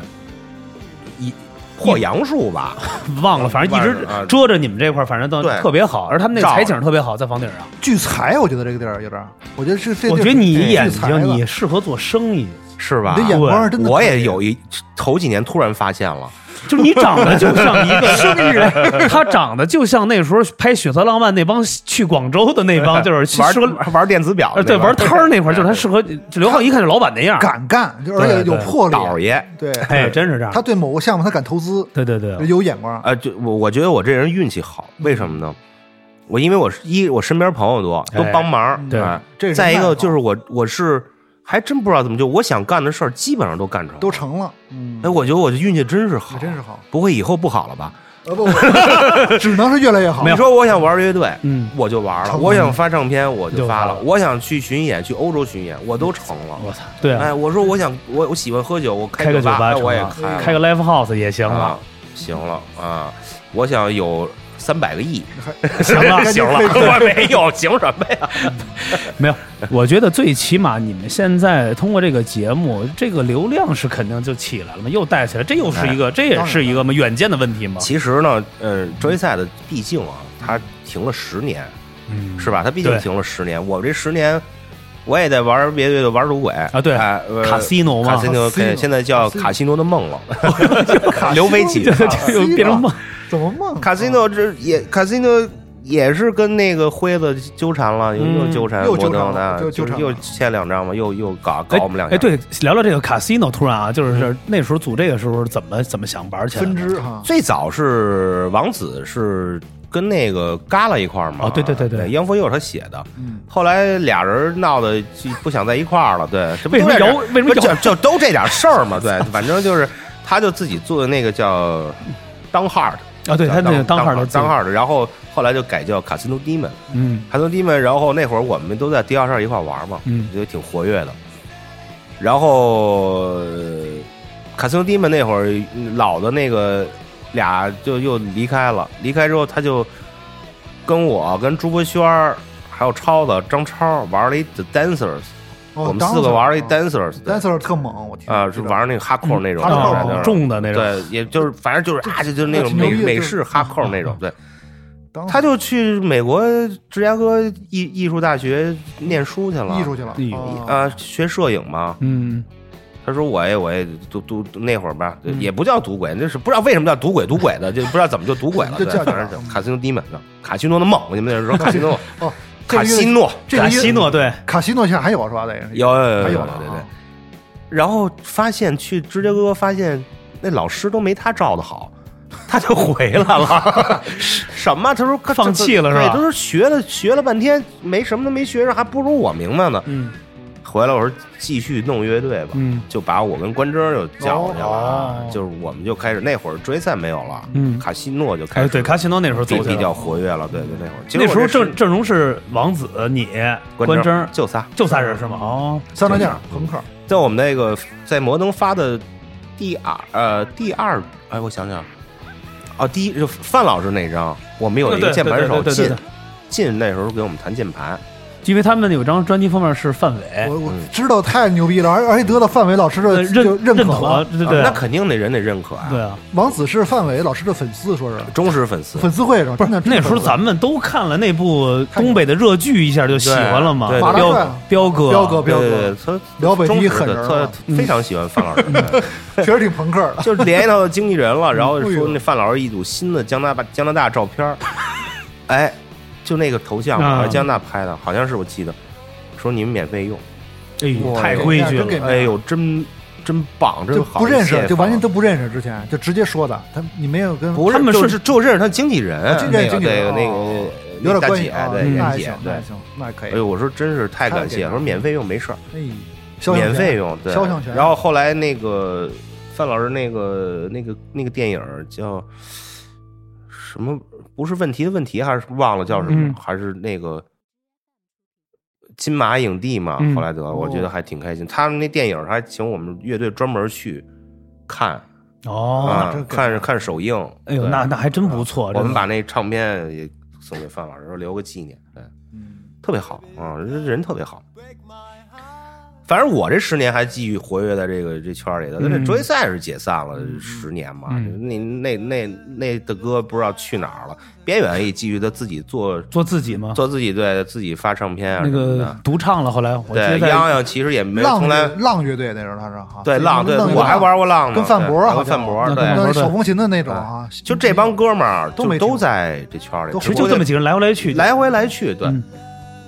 Speaker 1: 破杨树吧，
Speaker 4: 忘了，反正一
Speaker 1: 忘
Speaker 4: 直
Speaker 1: 了啊
Speaker 4: 遮着你们这块儿，反正都
Speaker 1: 对
Speaker 4: 特别好。而他们那个
Speaker 1: 照
Speaker 4: 采
Speaker 1: 着
Speaker 4: 景特别好，在房顶上。
Speaker 3: 聚财，我觉得这个地儿有点儿，我觉得是这。
Speaker 4: 我觉得你
Speaker 3: 这地儿
Speaker 4: 眼
Speaker 3: 聚财了
Speaker 4: 睛你适合做生意，
Speaker 1: 是吧
Speaker 3: 你的眼光是真的可以，
Speaker 1: 我也有一头几年突然发现了，
Speaker 4: 就是你长得就像一个生意人， 他长得就像那时候拍《血色浪漫》那帮去广州的那帮，就是去
Speaker 1: 玩
Speaker 4: 适合
Speaker 1: 玩电子表
Speaker 4: 呃，
Speaker 1: 的
Speaker 4: 对
Speaker 1: 那帮，
Speaker 4: 玩摊儿那块儿，就是他适合就刘浩一看就是老板那样。
Speaker 3: 敢干，就而且有
Speaker 4: 对对
Speaker 3: 魄
Speaker 1: 倒
Speaker 3: 力。
Speaker 1: 爷。
Speaker 3: 对，
Speaker 4: 哎，真是这样
Speaker 3: 他。对某个项目他敢投资，
Speaker 4: 对对对，
Speaker 3: 有眼光。
Speaker 1: 呃，就我我觉得我这人运气好，为什么呢？我因为我是一我身边朋友多，都
Speaker 4: 哎
Speaker 1: 帮忙，
Speaker 4: 对
Speaker 1: 哎
Speaker 3: 这人
Speaker 1: 再一
Speaker 3: 脉好
Speaker 1: 个就是我我是还真不知道怎么就我想干的事儿基本上都干成了，
Speaker 3: 都成了，嗯
Speaker 1: 哎，，我觉得我的运气真是好，
Speaker 3: 还真是好。
Speaker 1: 不会以后不好了吧？
Speaker 3: 呃不，只能是越来越好。
Speaker 4: 没
Speaker 1: 你
Speaker 4: 有
Speaker 1: 说我想玩乐队，
Speaker 4: 嗯，
Speaker 1: 我就玩了；
Speaker 3: 成
Speaker 1: 我想发唱片，我
Speaker 4: 就
Speaker 1: 就
Speaker 4: 发
Speaker 1: 发了；
Speaker 4: 了
Speaker 1: 我想去巡演，去欧洲巡演，我都成了。
Speaker 4: 我操，对啊，
Speaker 1: 哎，我说我想我我喜欢喝酒，我
Speaker 4: 开个
Speaker 1: 酒
Speaker 4: 酒吧
Speaker 1: 哎
Speaker 4: 成
Speaker 1: 我也
Speaker 4: 了
Speaker 1: 开了
Speaker 4: 开个 live house 也行了
Speaker 1: 啊，，行了啊，我想有三百个亿，
Speaker 4: 行 了，
Speaker 3: 行了
Speaker 1: 我 没有，行什么呀？
Speaker 4: 没有，我觉得最起码你们现在通过这个节目，这个流量是肯定就起来了嘛，又带起来，这又是一
Speaker 1: 哎
Speaker 4: 个，这也是一个嘛远见的问题嘛。
Speaker 1: 其实呢，呃，周一赛的毕竟啊，他停了十年，
Speaker 4: 嗯
Speaker 1: 是吧？他毕
Speaker 4: 对
Speaker 1: 竟停了十年，我这十年我也在玩别的乐队，玩赌鬼啊
Speaker 4: 对
Speaker 1: 哎呃
Speaker 4: 卡西诺
Speaker 1: 卡
Speaker 4: 嘛
Speaker 1: 西，诺，
Speaker 3: 卡西诺
Speaker 1: 对现在叫
Speaker 3: 卡西诺
Speaker 1: 卡西诺的梦了。
Speaker 3: 卡西
Speaker 1: 刘飞起
Speaker 3: 诺
Speaker 1: 这
Speaker 3: 卡西
Speaker 4: 就变成
Speaker 1: 啊
Speaker 3: 诺
Speaker 4: 梦，
Speaker 3: 怎么梦？
Speaker 1: 卡西诺这也卡西诺也是跟那个辉子纠缠了，又又
Speaker 4: 嗯
Speaker 1: 纠缠
Speaker 3: 又
Speaker 1: 摩
Speaker 3: 纠缠
Speaker 1: 登
Speaker 3: 了
Speaker 1: 的，
Speaker 3: 又
Speaker 1: 就
Speaker 3: 纠
Speaker 1: 是
Speaker 3: 缠
Speaker 1: 又
Speaker 3: 了
Speaker 1: 欠两张嘛，又又搞搞
Speaker 4: 哎
Speaker 1: 我们两下嗯
Speaker 4: 哎，对，聊聊这个 casino，突然啊，就是那时候组这个时候怎么怎么想玩起来的
Speaker 3: 分支哈，
Speaker 1: 最早是王子是跟那个嘎啦一块儿嘛，
Speaker 4: 哦对对对对
Speaker 1: 杨佛佑他写的，
Speaker 3: 嗯，
Speaker 1: 后来俩人闹得就不想在一块儿了，对，这不
Speaker 4: 为什么
Speaker 1: 都这
Speaker 4: 摇为什么
Speaker 1: 不就
Speaker 4: 摇
Speaker 1: 就都这点事儿嘛，对，反正就是他就自己做的那个叫当 hard，
Speaker 4: 啊？对他那个
Speaker 1: 当
Speaker 4: 当号的
Speaker 1: hard 当 hard，然后后来就改叫卡斯诺 demon，
Speaker 4: 嗯
Speaker 1: 卡斯诺 demon，然后那会儿我们都在迪奥上一块儿玩嘛，
Speaker 4: 嗯
Speaker 1: 觉得挺活跃的。然后呃卡斯诺蒂们那会儿老的那个俩就又离开了，离开之后他就跟我、跟朱国轩儿还有超子、张超玩了一 The Dancers，、
Speaker 3: 哦
Speaker 1: 我们四个玩了一 Dancers，
Speaker 3: 单色特猛，我天
Speaker 1: 啊、是玩那个 hardcore 那种，
Speaker 3: 嗯
Speaker 1: 对
Speaker 3: hardcore
Speaker 1: 就是
Speaker 4: 啊，重的那种，
Speaker 1: 对，也就是反正就是啊，就就那种
Speaker 3: 挺牛
Speaker 1: 美
Speaker 3: 逼的
Speaker 1: 美
Speaker 3: 就
Speaker 1: 式 hardcore 那种，对，他
Speaker 3: 他
Speaker 1: 就去美国芝加哥艺艺术大学念书去了，
Speaker 3: 艺术去了
Speaker 4: 艺术
Speaker 3: 哦
Speaker 1: 啊，学摄影嘛，
Speaker 4: 嗯，
Speaker 1: 他说我也我也赌赌那会儿吧，也不叫赌鬼，那是不知道为什么叫赌鬼，赌鬼的就不知道怎么就赌鬼了，
Speaker 3: 就
Speaker 1: 对
Speaker 3: 叫，
Speaker 1: 反正叫卡西诺迪门的卡西诺的梦，你们那时候卡西诺
Speaker 3: 哦，这
Speaker 1: 卡
Speaker 3: 个乐
Speaker 1: 西诺
Speaker 3: 这个
Speaker 4: 卡
Speaker 3: 乐
Speaker 4: 西诺对，
Speaker 3: 卡西诺现在还有是吧？得
Speaker 1: 有有有
Speaker 3: 哎还有哦
Speaker 1: 对对
Speaker 3: 呢。。
Speaker 1: 然后发现去芝加哥，发现那老师都没他照的好， 他就回来了。 什么？他说可
Speaker 4: 放弃了是吧
Speaker 1: 对，他说学了学了半天，没什么都没学上，还不如我明白呢。
Speaker 4: 嗯，
Speaker 1: 回来我说继续弄乐队吧，
Speaker 4: 嗯
Speaker 1: 就把我跟关征又叫过去了，
Speaker 4: 哦
Speaker 1: 就是我们就开始那会儿追赛没有了，
Speaker 4: 嗯
Speaker 1: 卡西诺就开
Speaker 4: 哎，
Speaker 1: 始
Speaker 4: 对，卡西诺那时候
Speaker 1: 比
Speaker 4: 走起
Speaker 1: 比
Speaker 4: 来
Speaker 1: 较
Speaker 4: 了，
Speaker 1: 活跃了，对对，那会儿其实
Speaker 4: 那时候
Speaker 1: 我这
Speaker 4: 郑郑荣是王子，你
Speaker 1: 关
Speaker 4: 关
Speaker 1: 征嗯
Speaker 4: 征
Speaker 1: 就仨，
Speaker 4: 就仨人是吗？哦，
Speaker 3: 三大件儿朋克，
Speaker 1: 在我们那个在摩登发的第二呃第二，哎，我想想，哦，第一就范老师那张，我们有一
Speaker 4: 对
Speaker 1: 个
Speaker 4: 对
Speaker 1: 键盘手
Speaker 4: 对对对对
Speaker 1: 进
Speaker 4: 对
Speaker 1: 进那时候给我们弹键盘，
Speaker 4: 因为他们有张专辑封面是范伟，
Speaker 3: 我我
Speaker 1: 嗯
Speaker 3: 知道太牛逼了，而而且得到范伟老师
Speaker 4: 呃
Speaker 3: 的就
Speaker 4: 认
Speaker 3: 认可
Speaker 4: 可，
Speaker 3: 了。
Speaker 4: 对对
Speaker 1: 啊
Speaker 4: 对
Speaker 1: 那肯定那人得认可啊，
Speaker 4: 对啊。
Speaker 3: 王子是范伟老师的粉丝，说是
Speaker 1: 忠实粉丝，
Speaker 3: 粉丝会上，不是
Speaker 4: 那时候咱们都看了那部东北的热剧，一下就喜欢了嘛。
Speaker 1: 对
Speaker 3: 马大帅
Speaker 4: 彪
Speaker 3: 啊
Speaker 4: 彪哥，
Speaker 3: 彪哥，彪
Speaker 1: 对对
Speaker 3: 哥
Speaker 1: 对，他
Speaker 3: 辽北第
Speaker 1: 忠
Speaker 3: 一
Speaker 1: 实
Speaker 3: 狠人
Speaker 1: 的，他
Speaker 3: 啊，
Speaker 4: 嗯
Speaker 1: 他非常喜欢范老师。对
Speaker 3: 确实挺朋克的。
Speaker 1: 就是联系到经纪人了，然后
Speaker 3: 哎呦
Speaker 1: 说那范老师一组新的加拿大加拿大照 片儿，哎，就那个头像嘛，
Speaker 4: 啊
Speaker 1: 好像加拿大拍的，好像是我记得，说你们免费用，
Speaker 4: 哎呦，
Speaker 1: 哇
Speaker 4: 太
Speaker 1: 这
Speaker 4: 规
Speaker 3: 样
Speaker 4: 矩
Speaker 3: 真给
Speaker 4: 了。
Speaker 3: 面子
Speaker 1: 哎呦，真真棒，真
Speaker 3: 就
Speaker 1: 好，
Speaker 3: 不认识
Speaker 1: 谢谢，
Speaker 3: 就完全
Speaker 1: 范
Speaker 3: 都不认识。之前就直接说的，他你没有跟
Speaker 1: 老师不
Speaker 4: 他
Speaker 1: 认，
Speaker 4: 们
Speaker 1: 就是是就认识他经纪人，
Speaker 3: 啊经纪人
Speaker 1: 那
Speaker 3: 经
Speaker 1: 个
Speaker 3: 纪人
Speaker 1: 那个
Speaker 3: 哦有
Speaker 1: 那
Speaker 3: 点
Speaker 1: 个大
Speaker 3: 关系
Speaker 1: 姐，
Speaker 3: 啊，
Speaker 1: 对
Speaker 3: 那还
Speaker 1: 袁
Speaker 3: 行
Speaker 1: 姐，，
Speaker 3: 那
Speaker 1: 对
Speaker 3: 还，行，那还可以。
Speaker 1: 哎呦，我说真是太感
Speaker 3: 太
Speaker 1: 谢，
Speaker 3: 感谢
Speaker 1: 说免费用没事儿，
Speaker 3: 哎，肖像
Speaker 1: 免
Speaker 3: 权
Speaker 1: 费用，对
Speaker 3: 肖像权。
Speaker 1: 然后后来那个范老师那个那个那个电影儿叫什么？不是问题的问题，还是忘了叫什么？
Speaker 4: 嗯
Speaker 1: 还是那个金马影帝嘛？
Speaker 4: 嗯
Speaker 1: 后来得，我觉得还挺开心。他们那电影儿还请我们乐队专门去看
Speaker 4: 哦，
Speaker 1: 啊
Speaker 3: 真，可以
Speaker 1: 看看首映。
Speaker 4: 哎呦，
Speaker 1: 对
Speaker 4: 那那还真不错。
Speaker 1: 我
Speaker 4: 真
Speaker 1: 们
Speaker 4: 的
Speaker 1: 把那唱片也送给范老师，留个纪念。对。
Speaker 3: 嗯
Speaker 1: 特别好啊，人人特别好。反正我这十年还继续活跃在这个这圈里的，
Speaker 4: 嗯
Speaker 1: 但这追赛是解散了十年嘛，
Speaker 4: 嗯
Speaker 1: 那那那那的哥不知道去哪儿了，边缘也继续他自己做
Speaker 4: 做自己嘛，
Speaker 1: 做自己对自己发唱片
Speaker 4: 啊
Speaker 1: 啊
Speaker 4: 那
Speaker 1: 什么的
Speaker 4: 个。独唱了。后来我
Speaker 1: 对
Speaker 4: 接，
Speaker 1: 洋
Speaker 4: 在
Speaker 1: 洋其实也没
Speaker 3: 浪
Speaker 1: 从来
Speaker 3: 乐浪乐队那时候他是哈，
Speaker 1: 对浪，对
Speaker 3: 弄一个
Speaker 1: 我还玩过浪呢，
Speaker 3: 跟范博
Speaker 1: 对
Speaker 3: 好像
Speaker 1: 还跟范博
Speaker 4: 那
Speaker 1: 对
Speaker 4: 跟。
Speaker 3: 那手风琴的那种啊，
Speaker 1: 就这帮哥们儿
Speaker 3: 都
Speaker 1: 就
Speaker 3: 没
Speaker 1: 都
Speaker 3: 听
Speaker 1: 在这圈里，
Speaker 3: 都
Speaker 4: 其实
Speaker 1: 只不
Speaker 4: 就
Speaker 1: 过
Speaker 4: 这么几个人来回来去，
Speaker 1: 来回来去，对，
Speaker 4: 嗯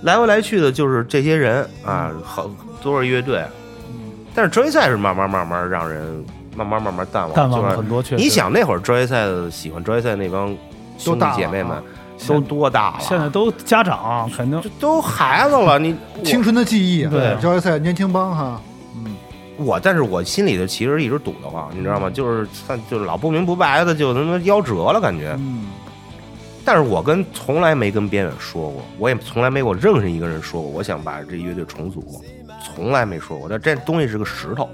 Speaker 1: 来回来去的就是这些人啊，好多少乐队，啊但是专业赛是慢慢慢慢让人慢慢慢慢淡忘，
Speaker 4: 淡忘了
Speaker 1: 就
Speaker 4: 很
Speaker 1: 是
Speaker 4: 多。确实，
Speaker 1: 你想那会儿专业赛的喜欢专业赛那帮兄弟姐妹们都多大了，
Speaker 4: 现在都家长肯定
Speaker 1: 这都孩子了，你我
Speaker 3: 青春的记忆，
Speaker 4: 对啊
Speaker 3: 交谊赛年轻帮哈，
Speaker 1: 我，但是我心里头其实一直堵得慌，你知道
Speaker 3: 嗯
Speaker 1: 吗？就是但就是老不明不白的就他妈夭折了感觉，
Speaker 3: 嗯，
Speaker 1: 但是我跟从来没跟边远说过，我也从来没有任何一个人说过我想把这乐队重组，从来没说过。但这东西是个石头，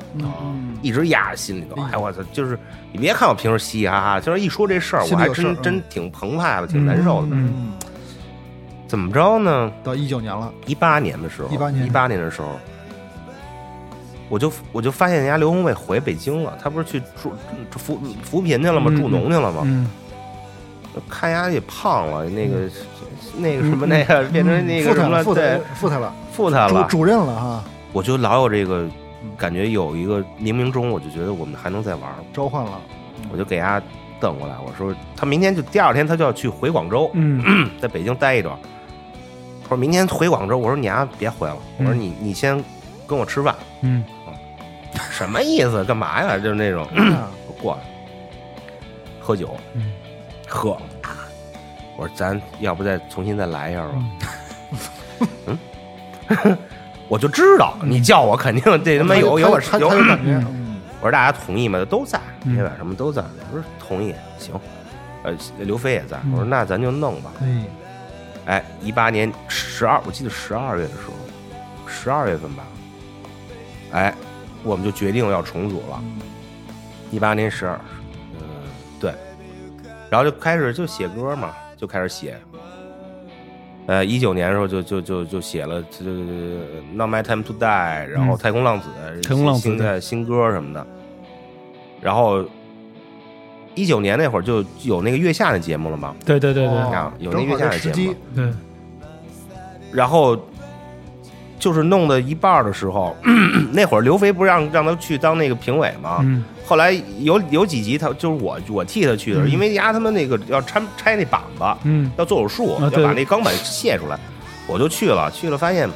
Speaker 1: 一直压着心里头。哎，我操！就是你别看我平时嘻嘻哈哈，就是一说这事儿，我
Speaker 3: 心里
Speaker 1: 还
Speaker 3: 有事儿
Speaker 1: 真真挺澎湃的，挺难受的。
Speaker 4: 嗯
Speaker 3: 嗯，
Speaker 1: 怎么着呢？
Speaker 3: 到一九年了，
Speaker 1: 一八年的时候，
Speaker 3: 18年
Speaker 1: 一八年的时候，我就我就发现人家刘宏伟回北京了，他不是去住扶扶贫去了吗？
Speaker 4: 嗯
Speaker 1: 助农去了吗？
Speaker 4: 嗯，
Speaker 1: 看人家也胖了，那个、那个什么那个、变成那个
Speaker 3: 富态
Speaker 1: 什么
Speaker 3: 了，
Speaker 1: 了，
Speaker 3: 富态
Speaker 1: 对
Speaker 3: 了，富态了，
Speaker 1: 富他
Speaker 3: 主
Speaker 1: 了，
Speaker 3: 主任了哈，
Speaker 1: 我就老有这个感觉，有一个冥冥中我就觉得我们还能再玩儿，
Speaker 3: 召唤了，
Speaker 1: 我就给他瞪过来，我说他明天就第二天他就要去回广州，
Speaker 4: 嗯，
Speaker 1: 在北京待一段儿。他说明天回广州，我说你丫、别回了，我说你你先跟我吃饭，
Speaker 4: 嗯，
Speaker 1: 什么意思？干嘛呀？就是那种。
Speaker 3: 嗯
Speaker 1: 我过来喝酒，
Speaker 4: 嗯
Speaker 1: 喝。我说咱要不再重新再来一下吧？ 嗯， 我就知道你叫我肯定这他妈有有我
Speaker 3: 他
Speaker 1: 有嗯
Speaker 3: 他他
Speaker 1: 我
Speaker 3: 有感觉，嗯
Speaker 1: 我说大家同意吗？都在，
Speaker 4: 嗯
Speaker 1: 别晚什么都在。我说同意，行。呃，刘飞也在。
Speaker 4: 嗯
Speaker 1: 我说那咱就弄吧。
Speaker 3: 哎，
Speaker 1: 哎，一八年十二，我记得十二月的时候，十二月份吧，哎，我们就决定要重组了。一八年十二，嗯，对，然后就开始就写歌嘛，就开始写。呃，一九年的时候就就就就写了这《Not My Time to Die》，然后
Speaker 4: 嗯
Speaker 1: 《太空浪子》
Speaker 4: 太空浪子
Speaker 1: 新
Speaker 4: 对
Speaker 1: 的新歌什么的。然后一九年那会儿就有那个月下的节目了嘛，
Speaker 4: 对对对对
Speaker 3: 哦
Speaker 1: 啊有那
Speaker 3: 正好
Speaker 1: 月下
Speaker 3: 这
Speaker 1: 的
Speaker 3: 时
Speaker 1: 节
Speaker 3: 机
Speaker 1: 目，
Speaker 4: 对，
Speaker 1: 然后就是弄到一半儿的时候， 那会儿刘飞不让让他去当那个评委嘛，
Speaker 4: 嗯
Speaker 1: 后来有有几集他就是我我替他去的，
Speaker 4: 嗯
Speaker 1: 因为丫他们那个要拆拆那板子，
Speaker 4: 嗯，
Speaker 1: 要做手术，
Speaker 4: 啊对
Speaker 1: 要把那钢板卸出来，我就去了，去了发现，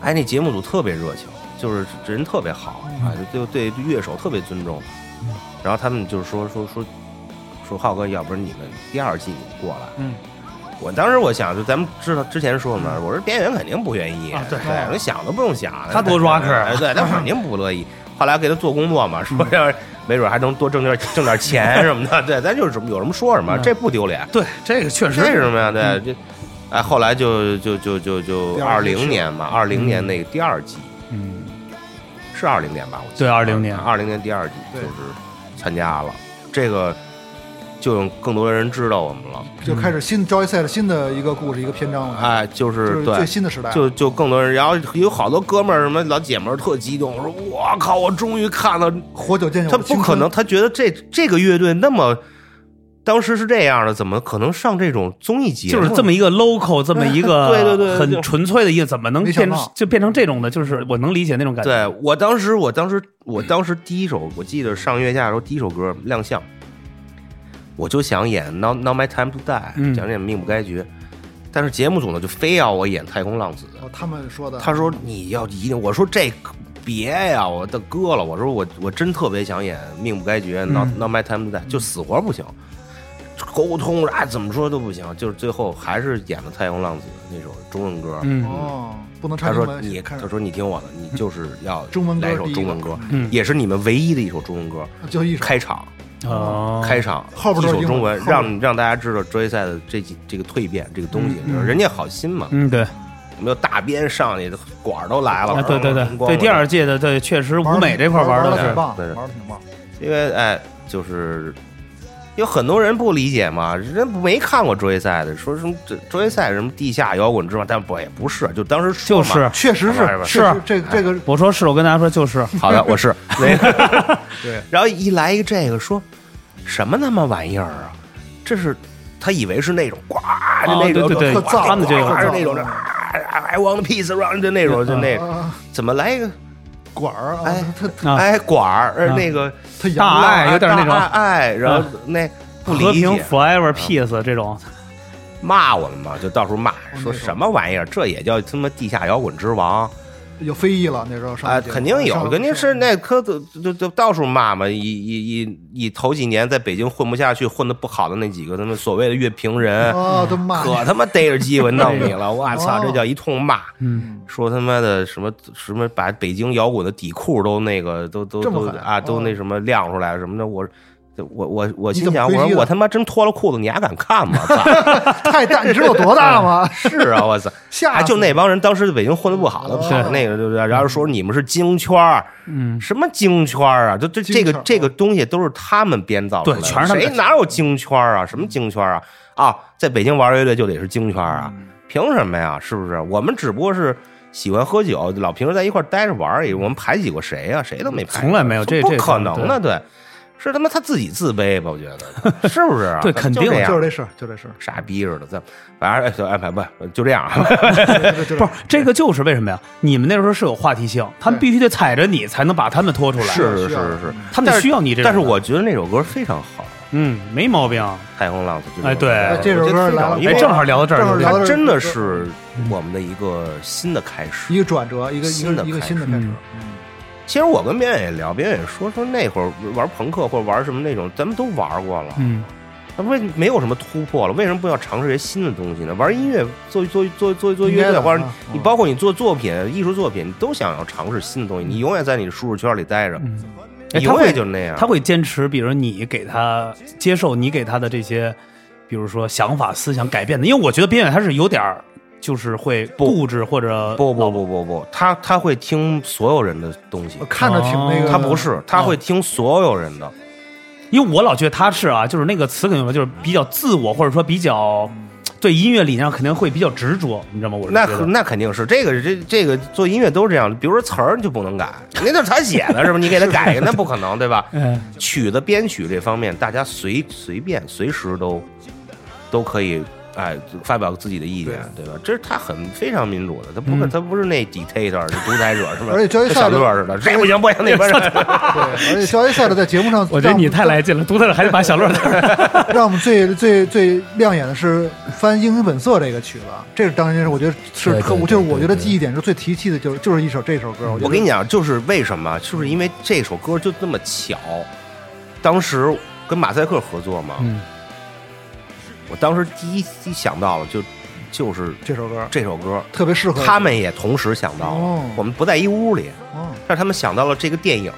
Speaker 1: 哎，那节目组特别热情，就是人特别好
Speaker 4: 嗯
Speaker 1: 啊，就对对乐手特别尊重。然后他们就是说说说说浩哥，要不然你们第二季你们过来，
Speaker 4: 嗯，
Speaker 1: 我当时我想，就咱们知道之前说嘛，我说边缘肯定不愿意，
Speaker 4: 啊对
Speaker 1: 我想都不用想，
Speaker 4: 他多 rocker 啊嗯
Speaker 1: 哎对，他肯定不乐意。后来给他做工作嘛，说要是没准还能多挣点挣点钱什么的，对，咱就是有什么说什么，
Speaker 4: 嗯
Speaker 1: 这不丢脸，
Speaker 4: 对，这个确实
Speaker 1: 这是什么呀？对，这哎，后来就就就就就
Speaker 3: 嗯第
Speaker 1: 二
Speaker 3: 二季是
Speaker 1: 零年吧，二零年那个第二季
Speaker 4: 嗯，
Speaker 1: 是二零年吧？我记
Speaker 4: 对，二零年，
Speaker 1: 二零年第二季就
Speaker 3: 对
Speaker 1: 是参加了，这个就有更多人知道我们了，
Speaker 3: 就开始新 Joy 赛的新的一个故事一个篇章了，，
Speaker 1: 哎，就
Speaker 3: 就是是
Speaker 1: 对
Speaker 3: 最。新的时代，
Speaker 1: 就就更多人，然后有好多哥们儿什么老姐们儿特激动，说：“我靠，我终于看到
Speaker 3: 活久见有
Speaker 1: 他
Speaker 3: 的
Speaker 1: 不
Speaker 3: 哎青春
Speaker 1: 可能，，他觉得这这个乐队那么当时是这样的，怎么可能上这种综艺节
Speaker 4: 就
Speaker 1: 目？
Speaker 4: 是这么一个 local，这么一个
Speaker 1: 对对对对
Speaker 4: 很纯粹的一个，怎么能
Speaker 3: 没
Speaker 4: 变
Speaker 3: 想到
Speaker 4: 就变成这种的？就是我能理解那种感觉。
Speaker 1: 对我当时，我当时，我当时第一首，我记得上月下的时候第一首歌亮相，我就想演《Now Now My Time to Die》，
Speaker 4: 嗯
Speaker 1: 想演《命不该绝》，但是节目组呢就非要我演太空浪子，
Speaker 3: 哦他们说的，
Speaker 1: 他说你要一定，我说这可别呀，我的哥了，我说我我真特别想演《命不该绝》，Not
Speaker 4: 嗯
Speaker 1: Not My Time to Die，就死活不行，沟通啊怎么说都不行，就是最后还是演了《太空浪子》那首中文歌，
Speaker 4: 嗯
Speaker 3: 哦，不能
Speaker 1: 他
Speaker 3: 唱英
Speaker 1: 说
Speaker 3: 文，
Speaker 1: 你，
Speaker 3: 看
Speaker 1: 他说你听我的，你就是要
Speaker 3: 中文歌
Speaker 1: 来一首
Speaker 3: 第一
Speaker 1: 中
Speaker 3: 个
Speaker 1: 文歌，
Speaker 4: 嗯
Speaker 1: 也是你们唯一的一首中文歌。
Speaker 3: 就一首
Speaker 1: 开场，
Speaker 4: 哦，
Speaker 1: 开场，
Speaker 3: 后边
Speaker 1: 一
Speaker 3: 都是
Speaker 1: 首
Speaker 3: 英文
Speaker 1: 中文，
Speaker 3: 后边
Speaker 1: 让让大家知道追赛的这几这个蜕变这个东西，
Speaker 4: 嗯嗯
Speaker 1: 人家好心嘛，
Speaker 4: 嗯，对，
Speaker 1: 我们就大鞭上去，管儿都来了
Speaker 4: 啊，。对对
Speaker 1: 咣
Speaker 4: 对
Speaker 1: 咣咣
Speaker 4: 对，第二届的对，确实舞美这块玩
Speaker 3: 的
Speaker 4: 的
Speaker 3: 挺棒，
Speaker 1: 对对
Speaker 3: 玩的挺棒，
Speaker 1: 因为哎，就是有很多人不理解嘛，人没看过追赛的，说什么这追赛什么地下摇滚之王，但不也不是，就当时说
Speaker 4: 就
Speaker 1: 嘛
Speaker 4: 啊是。
Speaker 3: 确实
Speaker 1: 玩儿
Speaker 3: 是确实
Speaker 1: 吧
Speaker 4: 是
Speaker 3: 这个这个
Speaker 4: 我说是，我跟大家说就是，
Speaker 1: 好的，我是那个，
Speaker 3: 对，
Speaker 1: 然后一来一个这个说什么他妈玩意儿啊，这是他以为是那种呱，就那种
Speaker 4: 哦对对对
Speaker 1: 呱
Speaker 4: 他们这个
Speaker 1: 呱是那种
Speaker 3: 特
Speaker 1: 的
Speaker 3: 燥
Speaker 1: 啊，I want peace around 就那种就那种，
Speaker 3: 啊
Speaker 1: 怎么来一个
Speaker 3: 管儿啊，
Speaker 1: 哎
Speaker 3: 他
Speaker 4: 嗯啊
Speaker 1: 哎管儿呃
Speaker 4: 啊
Speaker 1: 那个
Speaker 3: 他
Speaker 4: 大
Speaker 3: 洋
Speaker 4: 爱有点那种
Speaker 1: 大爱，然后
Speaker 4: 啊
Speaker 1: 那不
Speaker 4: 和
Speaker 1: 理
Speaker 4: 平
Speaker 1: 解
Speaker 4: forever peace 这种，
Speaker 1: 骂我们嘛，就到处骂
Speaker 3: 那
Speaker 4: 哦
Speaker 1: 说
Speaker 3: 种
Speaker 1: 什么玩意儿，这也叫他妈地下摇滚之王。
Speaker 3: 有非议了那时候上
Speaker 1: 啊，
Speaker 3: 节目
Speaker 1: 肯定有，
Speaker 3: 上
Speaker 1: 肯定是
Speaker 3: 上
Speaker 1: 那科就就就到处骂嘛，一一一一头几年在北京混不下去、混的不好的那几个他们所谓的乐评人，
Speaker 3: 哦，都骂
Speaker 1: 嗯可他妈逮着机会弄你了，我操，
Speaker 3: 哦
Speaker 1: 这叫一通骂，
Speaker 4: 嗯，
Speaker 1: 说他妈的什么什么把北京摇滚的底裤都那个都都
Speaker 3: 这么
Speaker 1: 都
Speaker 3: 狠
Speaker 1: 啊都
Speaker 3: 哦
Speaker 1: 那什么亮出来什么的，我。我我我
Speaker 3: 你
Speaker 1: 心
Speaker 3: 怎么
Speaker 1: 想，
Speaker 3: 回
Speaker 1: 我
Speaker 3: 击
Speaker 1: 说我
Speaker 3: 的
Speaker 1: 他妈真脱了裤子，你还敢看吗？操
Speaker 3: 太大，你知道有多大吗？
Speaker 1: 是啊，我操！
Speaker 3: 吓
Speaker 1: 哎，
Speaker 3: 死
Speaker 1: 就那帮人当时北京混的不好的，
Speaker 3: 哦嗯
Speaker 1: 怕那个对不对？然后说你们是京圈儿，
Speaker 4: 嗯，
Speaker 1: 什么京圈儿啊？这这这
Speaker 3: 京
Speaker 1: 个
Speaker 3: 圈儿哦
Speaker 1: 这个东西都是他们编造出来的，
Speaker 4: 对全是他们
Speaker 1: 谁哪有京圈儿啊？什么京圈儿啊？啊，在北京玩乐队就得是京圈儿
Speaker 4: 嗯
Speaker 1: 啊？
Speaker 3: 嗯
Speaker 1: 凭什么呀？是不是？我们只不过是喜欢喝酒，老平时在一块儿待着玩而已。我们排挤过谁呀、谁都没排挤过，
Speaker 4: 从来没有这
Speaker 1: 不
Speaker 4: 这
Speaker 1: 可能的，对。是他妈他自己自卑吧？我觉得是不是 啊？
Speaker 4: 对
Speaker 1: 他
Speaker 4: 肯
Speaker 1: 就
Speaker 4: 定
Speaker 1: 这
Speaker 4: 的
Speaker 1: 样
Speaker 3: 就是这事儿，就这事儿，
Speaker 1: 傻逼似的，咱反正哎就安排吧，就这 样啊。
Speaker 3: 就就
Speaker 4: 不是这个就是为什么呀？你们那时候是有话题性，他们必须得踩着你才能把他们拖出来，
Speaker 1: 是是
Speaker 3: 需要嗯
Speaker 1: 是是，
Speaker 4: 他们得需要你这种
Speaker 1: 但
Speaker 4: 人，
Speaker 1: 是我觉得那首歌非常好，
Speaker 4: 嗯没毛病，
Speaker 1: 《太空浪子》就
Speaker 4: 哎对
Speaker 3: 哎
Speaker 1: 这
Speaker 3: 这
Speaker 1: 首
Speaker 3: 首
Speaker 1: 歌
Speaker 3: 歌
Speaker 1: 我觉得非
Speaker 3: 来
Speaker 1: 常
Speaker 3: 了，
Speaker 1: 因为
Speaker 4: 哎正好聊到这儿
Speaker 3: 正好聊到这
Speaker 1: 它
Speaker 3: 儿
Speaker 1: 真的是我们的一个新的开
Speaker 3: 一
Speaker 1: 始。
Speaker 3: 个转折，一个一
Speaker 1: 新的
Speaker 3: 个一个
Speaker 1: 开
Speaker 3: 新的
Speaker 4: 始
Speaker 3: 开始
Speaker 4: 嗯，
Speaker 1: 其实我跟边远也聊，边远也说说那会儿玩朋克或者玩什么那种，咱们都玩过了，
Speaker 4: 嗯
Speaker 1: 那为没有什么突破了，为什么不要尝试一些新的东西呢？玩音乐，做做做做做乐
Speaker 3: 应该
Speaker 1: 队，
Speaker 3: 的
Speaker 1: 或者
Speaker 3: 啊
Speaker 1: 你
Speaker 3: 嗯
Speaker 1: 包括你做作品、艺术作品，你都想要尝试新的东西，你永远在你的舒适圈里待着，
Speaker 4: 嗯，哎
Speaker 1: 你
Speaker 4: 他
Speaker 1: 永
Speaker 4: 会
Speaker 1: 远就那样。
Speaker 4: 他会坚持，比如你给他接受你给他的这些，比如说想法、思想改变的，因为我觉得边远他是有点儿就是会固执或者
Speaker 1: 不不不不不，他他会听所有人的东西
Speaker 3: 嗯我，看着挺那
Speaker 4: 哦
Speaker 3: 个，
Speaker 1: 他不是，他会听所有人的。
Speaker 4: 因为我老觉得他是啊，就是那个词可能就是比较自我，或者说比较对音乐理念上肯定会比较执着，你知道吗？我是
Speaker 1: 那
Speaker 4: 觉得
Speaker 1: 那肯定是这个这这个做音乐都是这样，比如说词儿你就不能改，那都是他写的，是吧？你给他改一个，那不可能，对吧？
Speaker 4: 嗯
Speaker 1: 曲子编曲这方面，大家随随便随时都都可以哎发表自己的意见，对吧？这是他很非常民主的，他不是、
Speaker 4: 嗯，
Speaker 1: 他不是那 dictator 是独裁者是吧？
Speaker 3: 而且交易
Speaker 1: 跟
Speaker 3: 赛
Speaker 1: 小
Speaker 3: 的
Speaker 1: 乐似的，这不行不行那边是
Speaker 3: 对，而且交易呃赛的在节目上
Speaker 4: 我觉得你
Speaker 3: 让
Speaker 4: 太来劲了，独特的还得把小乐带上
Speaker 3: 让我们最最最亮眼的是翻《英雄本色》这个曲子，啊这是当年是我觉得是
Speaker 5: 对对
Speaker 3: 特，
Speaker 5: 对
Speaker 3: 我就是我觉得记忆点是最提气的，就是就是一首这首歌。我觉得
Speaker 1: 我跟你讲，就是为什么，就是因为这首歌就那
Speaker 3: 嗯
Speaker 1: 么巧，当时跟马赛克合作嘛，
Speaker 4: 嗯
Speaker 1: 我当时第一第一想到了就就是
Speaker 3: 这首歌
Speaker 1: 这首歌，
Speaker 3: 特别适合
Speaker 1: 他们也同时想到了，
Speaker 3: 哦
Speaker 1: 我们不在一屋里，
Speaker 3: 哦
Speaker 1: 但是他们想到了这个电影，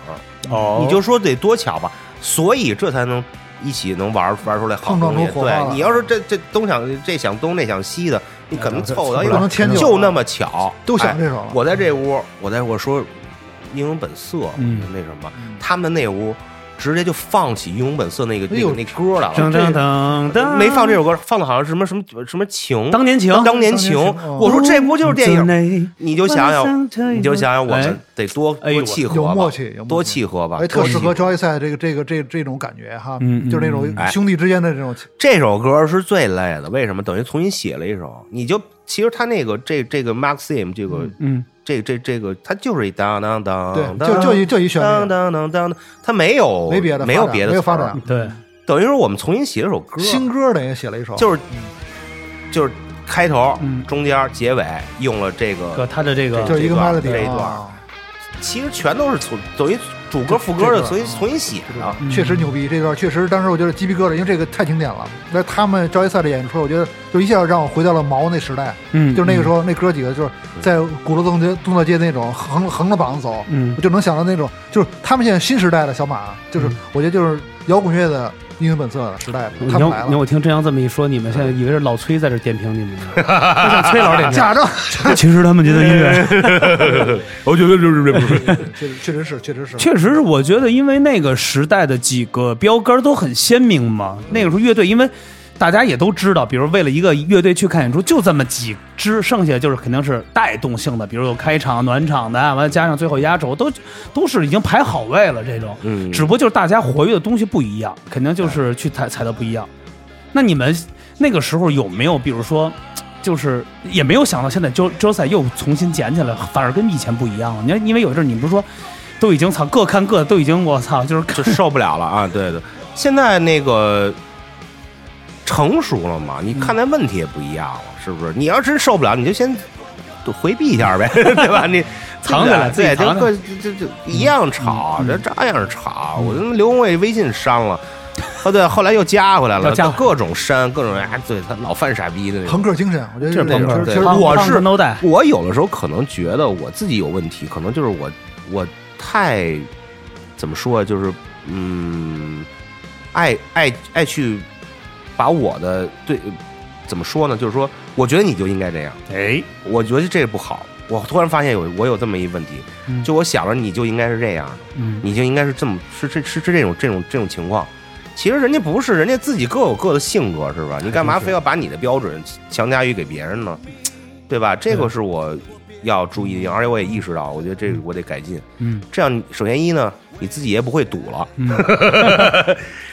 Speaker 4: 哦
Speaker 1: 你就说得多巧吧，所以这才能一起能玩玩出来好
Speaker 3: 碰撞
Speaker 1: 东西。
Speaker 3: 出火花
Speaker 1: 对
Speaker 3: 了
Speaker 1: 你要是这这东想这想东那想西的，你可能凑到一
Speaker 3: 哎不
Speaker 1: 块
Speaker 3: 能，迁就，
Speaker 1: 就那么巧，
Speaker 3: 都想
Speaker 1: 哎
Speaker 3: 这首了。
Speaker 1: 我在这屋，我在我说英雄本色，
Speaker 4: 嗯
Speaker 1: 那什么
Speaker 3: 嗯，
Speaker 1: 他们那屋直接就放起英雄本色那个
Speaker 3: 哎
Speaker 1: 那
Speaker 3: 呦
Speaker 1: 个那歌来
Speaker 4: 噔
Speaker 1: 了。
Speaker 4: 噔噔噔，
Speaker 1: 没放这首歌，放的好像什么什么什么情，
Speaker 4: 当年情，
Speaker 1: 当年情
Speaker 3: 当年情哦。
Speaker 1: 我说这不就是电影？
Speaker 4: 影？
Speaker 1: 你就想想，你就想想我们得多
Speaker 4: 哎呦
Speaker 1: 多契合
Speaker 3: 有
Speaker 1: 吧
Speaker 3: 默契，有默契
Speaker 1: 多契合吧
Speaker 3: 哎，，特
Speaker 1: 多
Speaker 3: 适
Speaker 1: 契
Speaker 3: 合
Speaker 1: 合
Speaker 3: 交易赛这个这个这这种感觉哈，
Speaker 4: 嗯 嗯
Speaker 3: 就是那
Speaker 1: 嗯
Speaker 3: 种兄弟之间的这种
Speaker 1: 这首歌是最累的，为什么？等于重新写了一首，你就其实他那个这这个 Maxim 这个
Speaker 4: 嗯，
Speaker 1: 这这这个，它就是一当当当，
Speaker 3: 对，
Speaker 1: 当
Speaker 3: 就就一就一旋
Speaker 1: 当
Speaker 3: 律，
Speaker 1: 当当当当，它没有
Speaker 3: 没别的发展，
Speaker 1: 没有别的
Speaker 3: 没有发
Speaker 1: 词儿啊
Speaker 3: 展，
Speaker 4: 对，
Speaker 1: 等于说我们重新写了首歌，
Speaker 3: 新歌嗯等于写了一首，
Speaker 1: 就是就是开头
Speaker 4: 嗯、
Speaker 1: 中间、结尾用了这
Speaker 4: 哥
Speaker 1: 个，
Speaker 4: 他的这个
Speaker 3: 就是一个
Speaker 1: 这一段
Speaker 3: melody
Speaker 1: 这一段
Speaker 3: 啊
Speaker 1: 其实全都是从等于主歌副歌
Speaker 3: 这
Speaker 1: 的
Speaker 3: 这段
Speaker 1: 重新
Speaker 3: 啊
Speaker 1: 重新写的。
Speaker 4: 嗯
Speaker 3: 确实牛逼，这段确实当时我觉得鸡皮疙瘩，因为这个太经典了。那他们交易赛的演出，我觉得就一下让我回到了毛那时代，
Speaker 4: 嗯，
Speaker 3: 就是那个时候那哥几个就是在鼓楼东街东大街那种横横着膀子走，
Speaker 4: 嗯，
Speaker 3: 我就能想到那种就是他们现在新时代的小马，就是我觉得就是摇滚乐的英雄本色的时代，
Speaker 4: 嗯嗯。你
Speaker 3: 他
Speaker 4: 看
Speaker 3: 们
Speaker 4: 我，
Speaker 3: 来
Speaker 4: 你看
Speaker 3: 了，
Speaker 4: 我听真阳这么一说，你们现在以为是老崔在这点评你们呢，我想崔老师点评。
Speaker 3: 啊假正，
Speaker 4: 其实他们觉得音乐，
Speaker 1: 我觉得就是这不是
Speaker 3: 确实确实是确实是，
Speaker 4: 确实是，我觉得因为那个时代的几个标杆都很鲜明嘛。那个时候乐队，因为大家也都知道，比如为了一个乐队去看演出，就这么几支，剩下就是肯定是带动性的，比如有开场、暖场的，完了加上最后压轴，都都是已经排好位了这种。
Speaker 1: 嗯
Speaker 4: 只不过就是大家活跃的东西不一样，肯定就是去踩踩的不一样。那你们那个时候有没有，比如说，就是也没有想到现在周周赛又重新捡起来，反而跟以前不一样了？你看，因为有一阵儿你不是说都已经操各看各，都已经我操，就是看
Speaker 1: 就受不了了啊！对对，现在那个成熟了嘛，你看待问题也不一样了，是不是？你要真受不了，你就先回避一下呗， 对吧？你
Speaker 4: 藏起来自己
Speaker 1: 对，就
Speaker 4: 藏起来
Speaker 1: 各就就一样吵，
Speaker 4: 嗯
Speaker 1: 这照样吵。我他妈刘宏伟微信删了，哦对，后来又加回来
Speaker 4: 又
Speaker 1: 了，
Speaker 4: 加回来
Speaker 1: 各种删，各种哎，对他老犯傻逼的那种
Speaker 3: 朋。克精神，我觉得
Speaker 4: 这是朋克
Speaker 3: 其实
Speaker 1: 对
Speaker 3: 其实
Speaker 1: 朋克我是
Speaker 4: no 带，
Speaker 1: 我有的时候可能觉得我自己有问题，可能就是我我太怎么说啊，就是嗯，爱爱爱去把我的对怎么说呢？就是说，我觉得你就应该这样，
Speaker 4: 哎，
Speaker 1: 我觉得这不好。我突然发现有我有这么一问题，
Speaker 4: 嗯
Speaker 1: 就我想着你就应该是这样的，
Speaker 4: 嗯，
Speaker 1: 你就应该是这么是是是是这种这种这种情况。其实人家不是，人家自己各有各的性格，是吧？你干嘛非要把你的标准强加于给别人呢？对吧？这个是我要注意的，而且我也意识到，我觉得这个我得改进。
Speaker 4: 嗯，
Speaker 1: 这样首先一呢，你自己也不会赌了，
Speaker 4: 嗯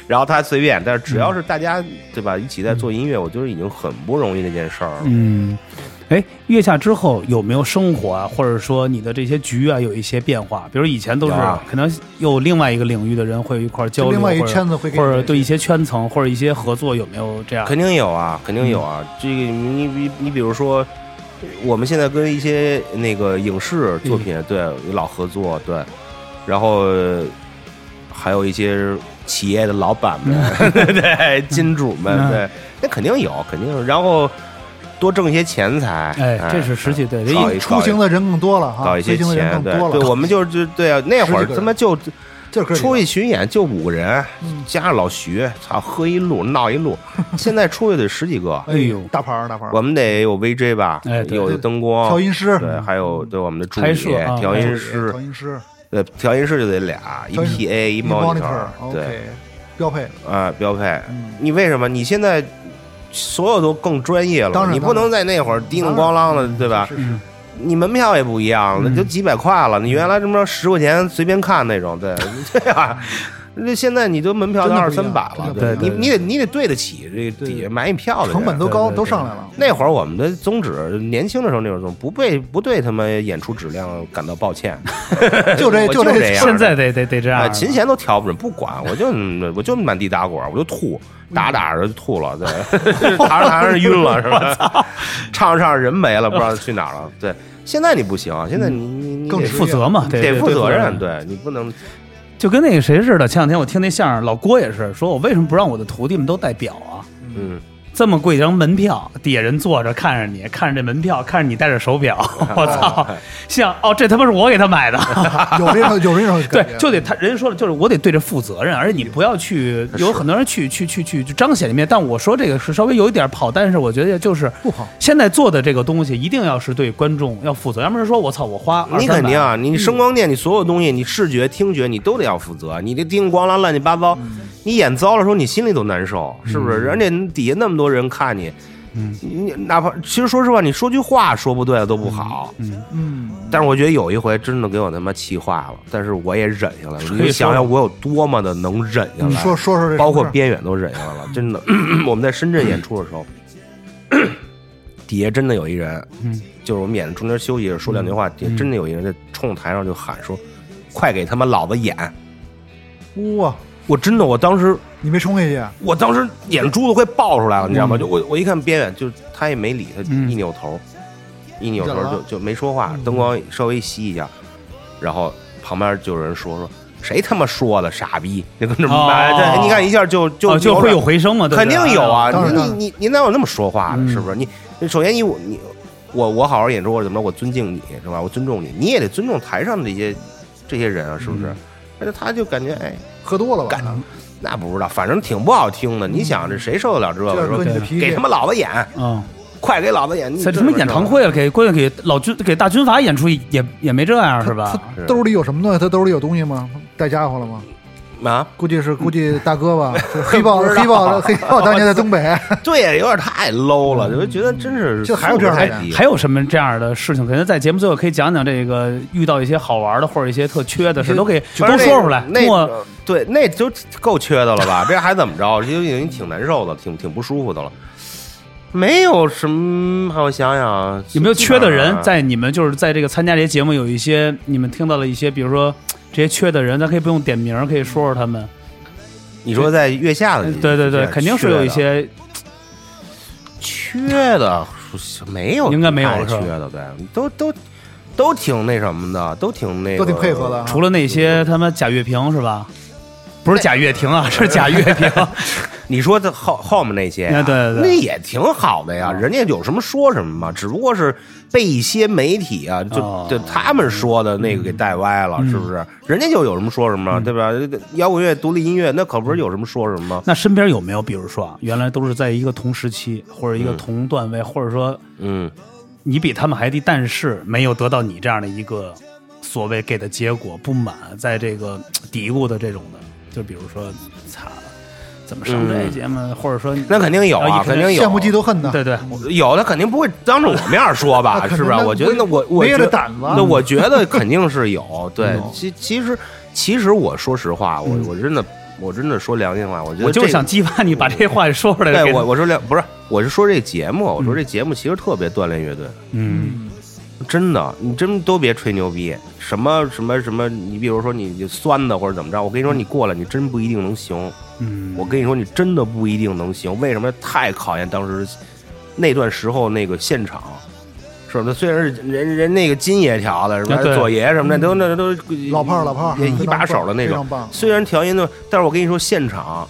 Speaker 1: 然后他随便，但是只要是大家对吧，一起在做音乐，我觉得已经很不容易这件事儿了。
Speaker 4: 嗯， 哎，月下之后有没有生活啊，或者说你的这些局啊，有一些变化？比如以前都是
Speaker 1: 有啊
Speaker 4: 可能有另外一个领域的人会一块儿交
Speaker 3: 就
Speaker 4: 流，
Speaker 3: 另外一
Speaker 4: 或者
Speaker 3: 圈子会给
Speaker 4: 或者
Speaker 3: 你
Speaker 4: 对一些圈层或者一些合作有没有这样？
Speaker 1: 肯定有啊，肯定有啊。
Speaker 4: 嗯
Speaker 1: 这个你你你比如说，我们现在跟一些那个影视作
Speaker 4: 嗯
Speaker 1: 品、对老合作对，然后还有一些企业的老板们， 对金主们、
Speaker 4: 嗯
Speaker 1: 对，那肯定有，肯定有。然后多挣一些钱财，
Speaker 4: 哎，这是实际对，人
Speaker 1: 搞
Speaker 4: 一
Speaker 1: 一
Speaker 3: 出行的人更多了
Speaker 1: 搞
Speaker 3: 哈，
Speaker 1: 一
Speaker 3: 随
Speaker 1: 些
Speaker 3: 行啊的人更
Speaker 1: 钱，对
Speaker 3: 多了，
Speaker 1: 对，我们就是就对啊，那会
Speaker 3: 十
Speaker 1: 儿
Speaker 3: 几个
Speaker 1: 他妈就
Speaker 3: 就是哥几个
Speaker 1: 出去巡演就五个人
Speaker 3: 嗯，
Speaker 1: 加上老徐，操，喝一路闹 一路，现在出去得十几个。
Speaker 4: 哎呦
Speaker 3: 大牌儿大牌儿，
Speaker 1: 我们得有 VJ 吧，
Speaker 4: 哎对
Speaker 1: 有灯光，
Speaker 3: 调音嗯师，
Speaker 4: 嗯
Speaker 1: 对，还有对我们的助
Speaker 4: 拍
Speaker 1: 理、
Speaker 4: 摄啊
Speaker 1: 调音
Speaker 3: 调
Speaker 1: 师，
Speaker 3: 音师，
Speaker 1: 对，调音师就得俩，一
Speaker 3: 调音
Speaker 1: PA 一 monitor，对，
Speaker 3: ，OK，标配，
Speaker 1: 啊，标配。
Speaker 3: 嗯，
Speaker 1: 你为什么你现在所有都更专业
Speaker 3: 当
Speaker 1: 了？
Speaker 3: 然嗯
Speaker 1: 你不能在那会儿叮叮咣啷的，对吧？
Speaker 3: 是是，
Speaker 1: 你门票也不一样了，
Speaker 4: 嗯
Speaker 1: 就几百块了。你原来什么十块钱随便看那 种，对对啊。那现在你都门票都
Speaker 3: 真的
Speaker 1: 二
Speaker 3: 不一样
Speaker 1: 三百了，
Speaker 3: 真的
Speaker 4: 不一样
Speaker 1: 你你得你得对得起这个
Speaker 3: 对
Speaker 1: 底下买你票的人
Speaker 3: 成本都
Speaker 4: 对
Speaker 3: 高
Speaker 4: 对
Speaker 3: 都
Speaker 4: 对
Speaker 3: 上来了，
Speaker 1: 那会儿我们的宗旨，年轻的时候那种宗旨不被不对他们演出质量感到抱歉，
Speaker 3: 就这
Speaker 1: 我
Speaker 3: 就
Speaker 1: 就
Speaker 3: 这
Speaker 1: 这样
Speaker 4: 现在得得得这
Speaker 1: 啊，
Speaker 4: 样，
Speaker 1: 琴弦都调不准，不管，我就嗯我就满地打滚，我就吐，打着打着就吐了，对， 打着打着晕了是吧？唱着唱着人没了，不知道去哪儿了。对，现在你不行，啊现在你你你
Speaker 3: 更
Speaker 1: 得
Speaker 3: 是
Speaker 4: 负责嘛，
Speaker 1: 得
Speaker 4: 对
Speaker 1: 负责任，
Speaker 4: 对。
Speaker 1: 对你不能
Speaker 4: 就跟那个谁似的，前两天我听那相声，老郭也是说，我为什么不让我的徒弟们都戴表啊？
Speaker 1: 嗯
Speaker 4: 这么贵一张门票，底下人坐着看着你，看着这门票，看着你戴着手 表，我操！像哦，这他妈是我给他买的，
Speaker 3: 有这种有这种
Speaker 4: 对
Speaker 3: 感觉，
Speaker 4: 就得他人家说了，就是我得对这负责任，而且你不要去，有很多人去去去去去彰显里面，但我说这个是稍微有一点跑，但是我觉得就是
Speaker 3: 不好
Speaker 4: 现在做的这个东西一定要是对观众要负责，要不然说我操，我花
Speaker 1: 你
Speaker 4: 2300
Speaker 1: 肯定啊，你声光电，你所有东西，你视觉、听觉，你都得要负责。你这叮咣啷乱七八糟，你演糟了时候，你心里都难受，是不是？而且你底下那么多人看你，你哪怕其实说实话，你说句话说不对了都不好。
Speaker 3: 嗯，
Speaker 1: 但是我觉得有一回真的给我他妈气坏了，但是我也忍下来了。
Speaker 4: 以
Speaker 1: 你就想
Speaker 4: 说
Speaker 1: 想我有多么的能忍下
Speaker 3: 你
Speaker 1: 来，
Speaker 3: 说说说这，
Speaker 1: 包括边远都忍下来了。真的， 我们在深圳演出的时候， 底下真的有一人，
Speaker 3: 嗯
Speaker 1: 就是我们演出中间休息着说两句话，底下真的有一人在冲台上就喊说：“快给他妈老子演
Speaker 3: 哇，！”
Speaker 1: 我真的，我当时，
Speaker 3: 你没冲下去，啊
Speaker 1: 我当时眼珠子快爆出来了，你知
Speaker 4: 嗯
Speaker 1: 道吗？就我我一看边远，就是他也没理他，一扭头，一扭头
Speaker 3: 忍
Speaker 1: 就
Speaker 3: 了
Speaker 1: 就没说话，灯光稍微熄一下，然后旁边就有人说说。谁他妈说的傻逼？你跟这
Speaker 4: 哦
Speaker 1: 哎对，你看一下就就
Speaker 4: 哦就
Speaker 1: 扭
Speaker 4: 会
Speaker 1: 转
Speaker 4: 有回声嘛，对不
Speaker 1: 肯
Speaker 4: 对
Speaker 1: 定有，啊！
Speaker 3: 当然
Speaker 1: 你
Speaker 3: 当然
Speaker 1: 你您哪有那么说话的？
Speaker 4: 嗯
Speaker 1: 是不是？你你首先你我你我我好好演出或者怎么着，我尊敬你是吧？我尊重你，你也得尊重台上的这些这些人啊，是不
Speaker 4: 嗯
Speaker 1: 是？而且他就感觉哎，
Speaker 3: 喝多了吧？
Speaker 1: 那不知道，反正挺不好听的。你想这谁受得了这
Speaker 3: 这
Speaker 1: 个？
Speaker 3: 要
Speaker 1: 说
Speaker 3: 搁你的脾
Speaker 1: 给
Speaker 3: 气
Speaker 1: 他，妈老子演，
Speaker 4: 嗯，
Speaker 1: 快给老子
Speaker 3: 嗯
Speaker 1: 演！你
Speaker 4: 在他们演堂会啊了，给关键给老军给大军阀演出也也没这样是吧？
Speaker 3: 他兜里有什么东西？他兜里有东西吗？带家伙了吗？
Speaker 1: 啊，
Speaker 3: 估计是估计大哥 吧，就黑豹
Speaker 1: 不知道
Speaker 3: 黑豹 黑豹当年在东北，
Speaker 1: 啊对，有点太 low 了，就觉得真是
Speaker 3: 就还有这样的
Speaker 1: 素质
Speaker 3: 人
Speaker 1: 太低。
Speaker 4: 还有什么这样的事情？可能在节目最后可以讲讲这个遇到一些好玩的或者一些特缺
Speaker 1: 嗯
Speaker 4: 的事，都可以
Speaker 1: 反正
Speaker 4: 都说出来。
Speaker 1: 那
Speaker 4: 莫
Speaker 1: 那对，那就够缺的了吧？这还怎么着？就已经挺难受的，挺挺不舒服的了。没有什么，我想想啊
Speaker 4: 有没有缺的人
Speaker 1: 基本上啊
Speaker 4: 在你们就是在这个参加这些节目有一些你们听到了一些，比如说这些缺的人，咱可以不用点名，可以说说他们。
Speaker 1: 你说在月下的，
Speaker 4: 呃对对对，肯定是有一些
Speaker 1: 缺的，没有
Speaker 4: 应该没有
Speaker 1: 太
Speaker 4: 是
Speaker 1: 缺
Speaker 4: 吧
Speaker 1: 的，对，都都都挺那什么的，都挺那个，
Speaker 3: 都挺配合的啊。
Speaker 4: 除了那些他妈贾跃亭是吧？不是贾跃亭啊，是贾跃 亭。
Speaker 1: 你说这后后面那些啊、
Speaker 4: 哎对啊对对
Speaker 1: 那也挺好的呀，人家有什么说什么嘛，只不过是被一些媒体啊，就、
Speaker 4: 哦嗯
Speaker 1: 就他们说的那个给带歪了，是不是？人家就有什么说什么，对吧？这个摇滚乐、独立音乐，那可不是有什么说什么吗？
Speaker 4: 那身边有没有，比如说啊，原来都是在一个同时期或者一个同段位，或者说
Speaker 1: 嗯，
Speaker 4: 你比他们还低，但是没有得到你这样的一个所谓给的结果，不满，在这个呃嘖嘀咕的这种的，就比如说，操，怎么上这节目，或者说
Speaker 1: 那肯定有啊
Speaker 4: 然后一看
Speaker 1: 肯定有
Speaker 3: 羡慕嫉妒恨呢，
Speaker 4: 对对，
Speaker 1: 有的肯定不会当着我面儿说吧，
Speaker 3: 那肯定
Speaker 1: 是不是？
Speaker 3: 那
Speaker 1: 我觉得那我我
Speaker 3: 没
Speaker 1: 觉
Speaker 3: 有
Speaker 1: 得
Speaker 3: 这胆子啊
Speaker 1: 那我觉得肯定是有。对，其其实其实我说实话，我我真的我真的说良心话，我觉得
Speaker 4: 我就
Speaker 1: 这个
Speaker 4: 是想激发你把这话说出来。
Speaker 1: 对
Speaker 4: 给
Speaker 1: 我，我说两不是，我是说这节目，我说这节目其实特别锻炼乐队，
Speaker 4: 嗯，
Speaker 3: 嗯，
Speaker 1: 真的，你真都别吹牛逼，什么什么什么，你比如说你你酸的或者怎么着，我跟你说你过来，你真不一定能行，
Speaker 4: 嗯，
Speaker 1: 我跟你说你真的不一定能行，为什么？太考验当时那段时候那个现场。是吧？虽然是人人那个金爷调的，什
Speaker 4: 啊
Speaker 1: 么
Speaker 4: 对
Speaker 1: 左爷什么的，都那都
Speaker 3: 老炮儿老炮儿，
Speaker 1: 也
Speaker 3: 非常
Speaker 1: 一把手的那
Speaker 3: 非
Speaker 1: 种
Speaker 3: 常。棒，
Speaker 1: 虽然调音的，但是我跟你说，现场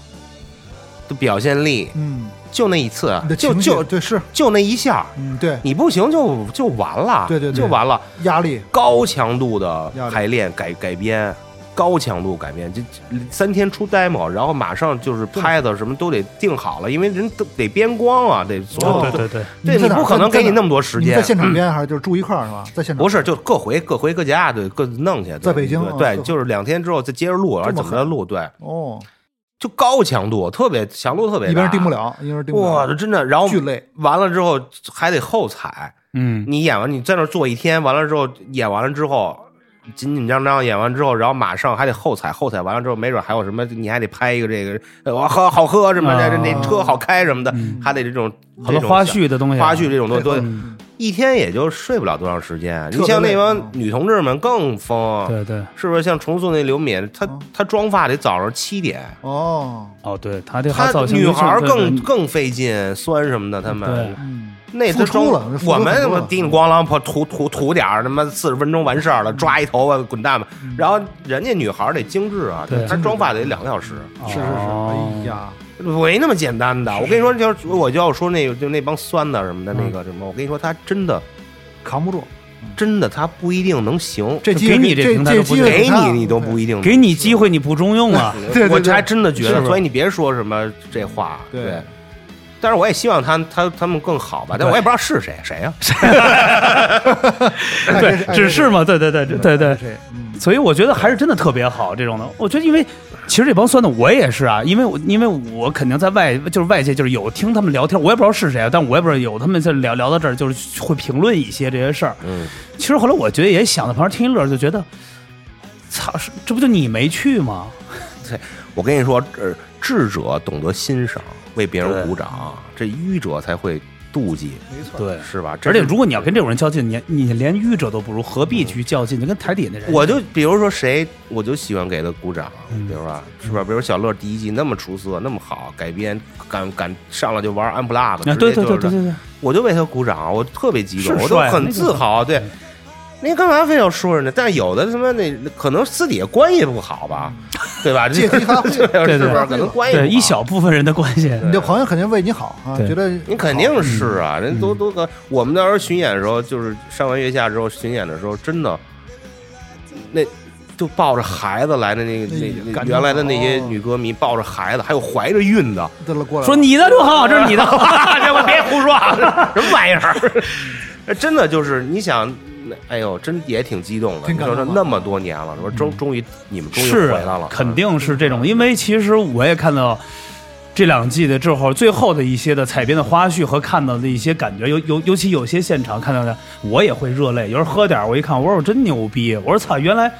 Speaker 1: 的表现力
Speaker 3: 嗯，
Speaker 1: 就那一次啊
Speaker 3: 你的，
Speaker 1: 就
Speaker 3: 情绪
Speaker 1: 就
Speaker 3: 对是，
Speaker 1: 就那一下，
Speaker 3: 嗯对，
Speaker 1: 你不行就就完了，
Speaker 3: 对对对
Speaker 1: 就完了。
Speaker 3: 压力
Speaker 1: 高强度的
Speaker 3: 压力
Speaker 1: 排练改改编，高强度改编，这这三天出 demo，然后马上就是拍的什么都得定好了，因为人都得编光啊，得所有
Speaker 4: 哦
Speaker 1: 的
Speaker 4: 对对对，
Speaker 1: 对
Speaker 3: 你在
Speaker 1: 你
Speaker 3: 哪
Speaker 1: 不可能给你那么多时
Speaker 3: 你
Speaker 1: 间嗯
Speaker 3: 在。现场编还是就是住一块儿是吧？在现场
Speaker 1: 不是，就各回各回各家，对，各弄去。对
Speaker 3: 在北京
Speaker 1: 对
Speaker 3: 啊
Speaker 1: 对，
Speaker 3: 各回
Speaker 1: 就是两天之后再接着录，然后
Speaker 3: 这么
Speaker 1: 怎么着
Speaker 3: 狠
Speaker 1: 录，对，
Speaker 3: 哦，
Speaker 1: 就高强度，特别强度特别大，
Speaker 3: 一边定不了，一边定不
Speaker 1: 哇，
Speaker 3: 了
Speaker 1: 这，真的，然后
Speaker 3: 巨累，
Speaker 1: 完了之后还得后采，
Speaker 4: 嗯，
Speaker 1: 你演完你在那儿坐一天，完了之后演完了之后紧紧张张演完之后，然后马上还得后采，后采完了之后没准还有什么，你还得拍一个这个，呃我喝好喝什么的，
Speaker 4: 啊
Speaker 1: 这这车好开什么的，
Speaker 4: 嗯
Speaker 1: 还得这种
Speaker 4: 好多花、絮的东
Speaker 1: 这
Speaker 4: 西
Speaker 1: 种
Speaker 4: 啊，
Speaker 1: 花絮这种东西，
Speaker 3: 对
Speaker 1: 都
Speaker 4: 嗯
Speaker 1: 一天也就睡不了多长时间。
Speaker 3: 特别
Speaker 1: 你像那
Speaker 3: 累
Speaker 1: 帮
Speaker 3: 嗯
Speaker 1: 女同志们更疯，
Speaker 4: 对对，
Speaker 1: 是不是？像重塑那刘敏，她
Speaker 3: 嗯
Speaker 1: 她妆发得早上七点。
Speaker 3: 哦，
Speaker 4: 哦，对他这
Speaker 1: 她
Speaker 4: 造型
Speaker 1: 女
Speaker 4: 明
Speaker 1: 孩儿
Speaker 4: 确
Speaker 1: 更
Speaker 4: 对
Speaker 1: 更费劲，酸什么的，她们
Speaker 4: 对
Speaker 3: 嗯，
Speaker 1: 那
Speaker 3: 付
Speaker 1: 他
Speaker 3: 出
Speaker 1: 装
Speaker 3: 了付出
Speaker 1: 我
Speaker 3: 很
Speaker 1: 们
Speaker 3: 多了
Speaker 1: 叮叮咣啷，吐吐吐点儿，他妈四十分钟完事儿了，抓一头发滚蛋吧。然后人家女孩儿得精致啊
Speaker 4: 嗯对，
Speaker 1: 她妆发得两个小时，
Speaker 3: 是是是，
Speaker 1: 哦
Speaker 3: 哎呀，
Speaker 1: 没那么简单的。我跟你说，就是我就要说那个就那帮酸的什么的那
Speaker 4: 嗯
Speaker 1: 个什么，我跟你说，他真的
Speaker 3: 扛不住，
Speaker 1: 真的他不一定能行，
Speaker 3: 这机会
Speaker 4: 给你这
Speaker 3: 这
Speaker 4: 平台
Speaker 3: 这
Speaker 4: 都不
Speaker 3: 机会
Speaker 1: 给
Speaker 3: 他
Speaker 1: 你你都不一定
Speaker 4: 给你机会你不中用啊，
Speaker 3: 对对
Speaker 1: 我
Speaker 3: 对
Speaker 1: 还真的觉
Speaker 4: 是
Speaker 1: 得，
Speaker 4: 吧
Speaker 1: 所以你别说什么这话，
Speaker 3: 对
Speaker 1: 对。但是我也希望他他他们更好吧，但我也不知道是谁谁 呀、
Speaker 3: 哎
Speaker 4: 对
Speaker 3: 这，哎
Speaker 4: 只是嘛，对对对对对
Speaker 1: 哎
Speaker 3: 这，是嗯，
Speaker 4: 所以我觉得还是真的特别好这种的。我觉得，因为其实这帮酸的我也是啊，因为我因为我肯定在外就是外界就是有听他们聊天，我也不知道是谁啊，但我也不知道有他们在聊聊到这儿，就是会评论一些这些事儿。
Speaker 1: 嗯，
Speaker 4: 其实后来我觉得也想在旁边听一乐，就觉得，操，是这不就你没去吗？
Speaker 1: 我跟你说，呃，智者懂得欣赏，为别
Speaker 4: 对
Speaker 1: 人鼓掌，这愚者才会妒忌，
Speaker 3: 没错，
Speaker 4: 对。
Speaker 1: 是吧？这
Speaker 4: 而且，
Speaker 1: 是
Speaker 4: 如果你要跟这种人较劲，你你连愚者都不如，何
Speaker 3: 嗯
Speaker 4: 必去较劲？就跟台底下那人一样，
Speaker 1: 我就比如说谁，我就喜欢给他鼓掌，
Speaker 4: 嗯
Speaker 1: 比如说是吧？比如小乐第一季那么出色，那么好，改编敢敢上来就玩安普拉的，
Speaker 4: 啊，对对对
Speaker 1: 直接
Speaker 4: 对
Speaker 1: 就是
Speaker 4: 对对，
Speaker 1: 我就为他鼓掌，我特别激动，
Speaker 4: 是
Speaker 1: 我都
Speaker 4: 帅啊那
Speaker 1: 很
Speaker 4: 个嗯
Speaker 1: 自豪。对，您干嘛非要说人家？但有的他妈那可能私底下关系不好吧，
Speaker 4: 嗯
Speaker 1: 对 吧？
Speaker 3: 借
Speaker 1: 这
Speaker 3: 题 发挥
Speaker 1: 是不
Speaker 4: 对对
Speaker 1: 是？可能关系不
Speaker 4: 对
Speaker 1: 好
Speaker 4: 一小部分人的关系，
Speaker 3: 你的朋友肯定为你好啊，
Speaker 4: 对
Speaker 3: 觉得
Speaker 1: 你肯定是啊，人都都个，我们那时候巡演的时候，就是上完月下之后巡演的时候，真的，那就抱着孩子来的那个
Speaker 3: 哎呀
Speaker 1: 那那
Speaker 3: 感
Speaker 1: 原来的
Speaker 3: 动
Speaker 1: 那些
Speaker 3: 哦
Speaker 1: 女歌迷，抱着孩子，还有怀着孕的，
Speaker 3: 得了过来了
Speaker 4: 说你的就 好，这是你的，我别胡说啊，
Speaker 1: 什么玩意 儿？真的就是你想，哎呦，真也挺激动的。
Speaker 3: 挺
Speaker 1: 你
Speaker 3: 感
Speaker 1: 说
Speaker 3: 动
Speaker 1: 说
Speaker 3: 的
Speaker 1: 那么多年了，说终终于你们终于
Speaker 4: 是啊
Speaker 1: 回来了，嗯
Speaker 4: 肯定是这种，因为其实我也看到这两季的之后，最后的一些的采编的花絮和看到的一些感觉，尤尤尤其有些现场看到的，我也会热泪。有时候喝点儿，我一看，我说我真牛逼，我说操，原来。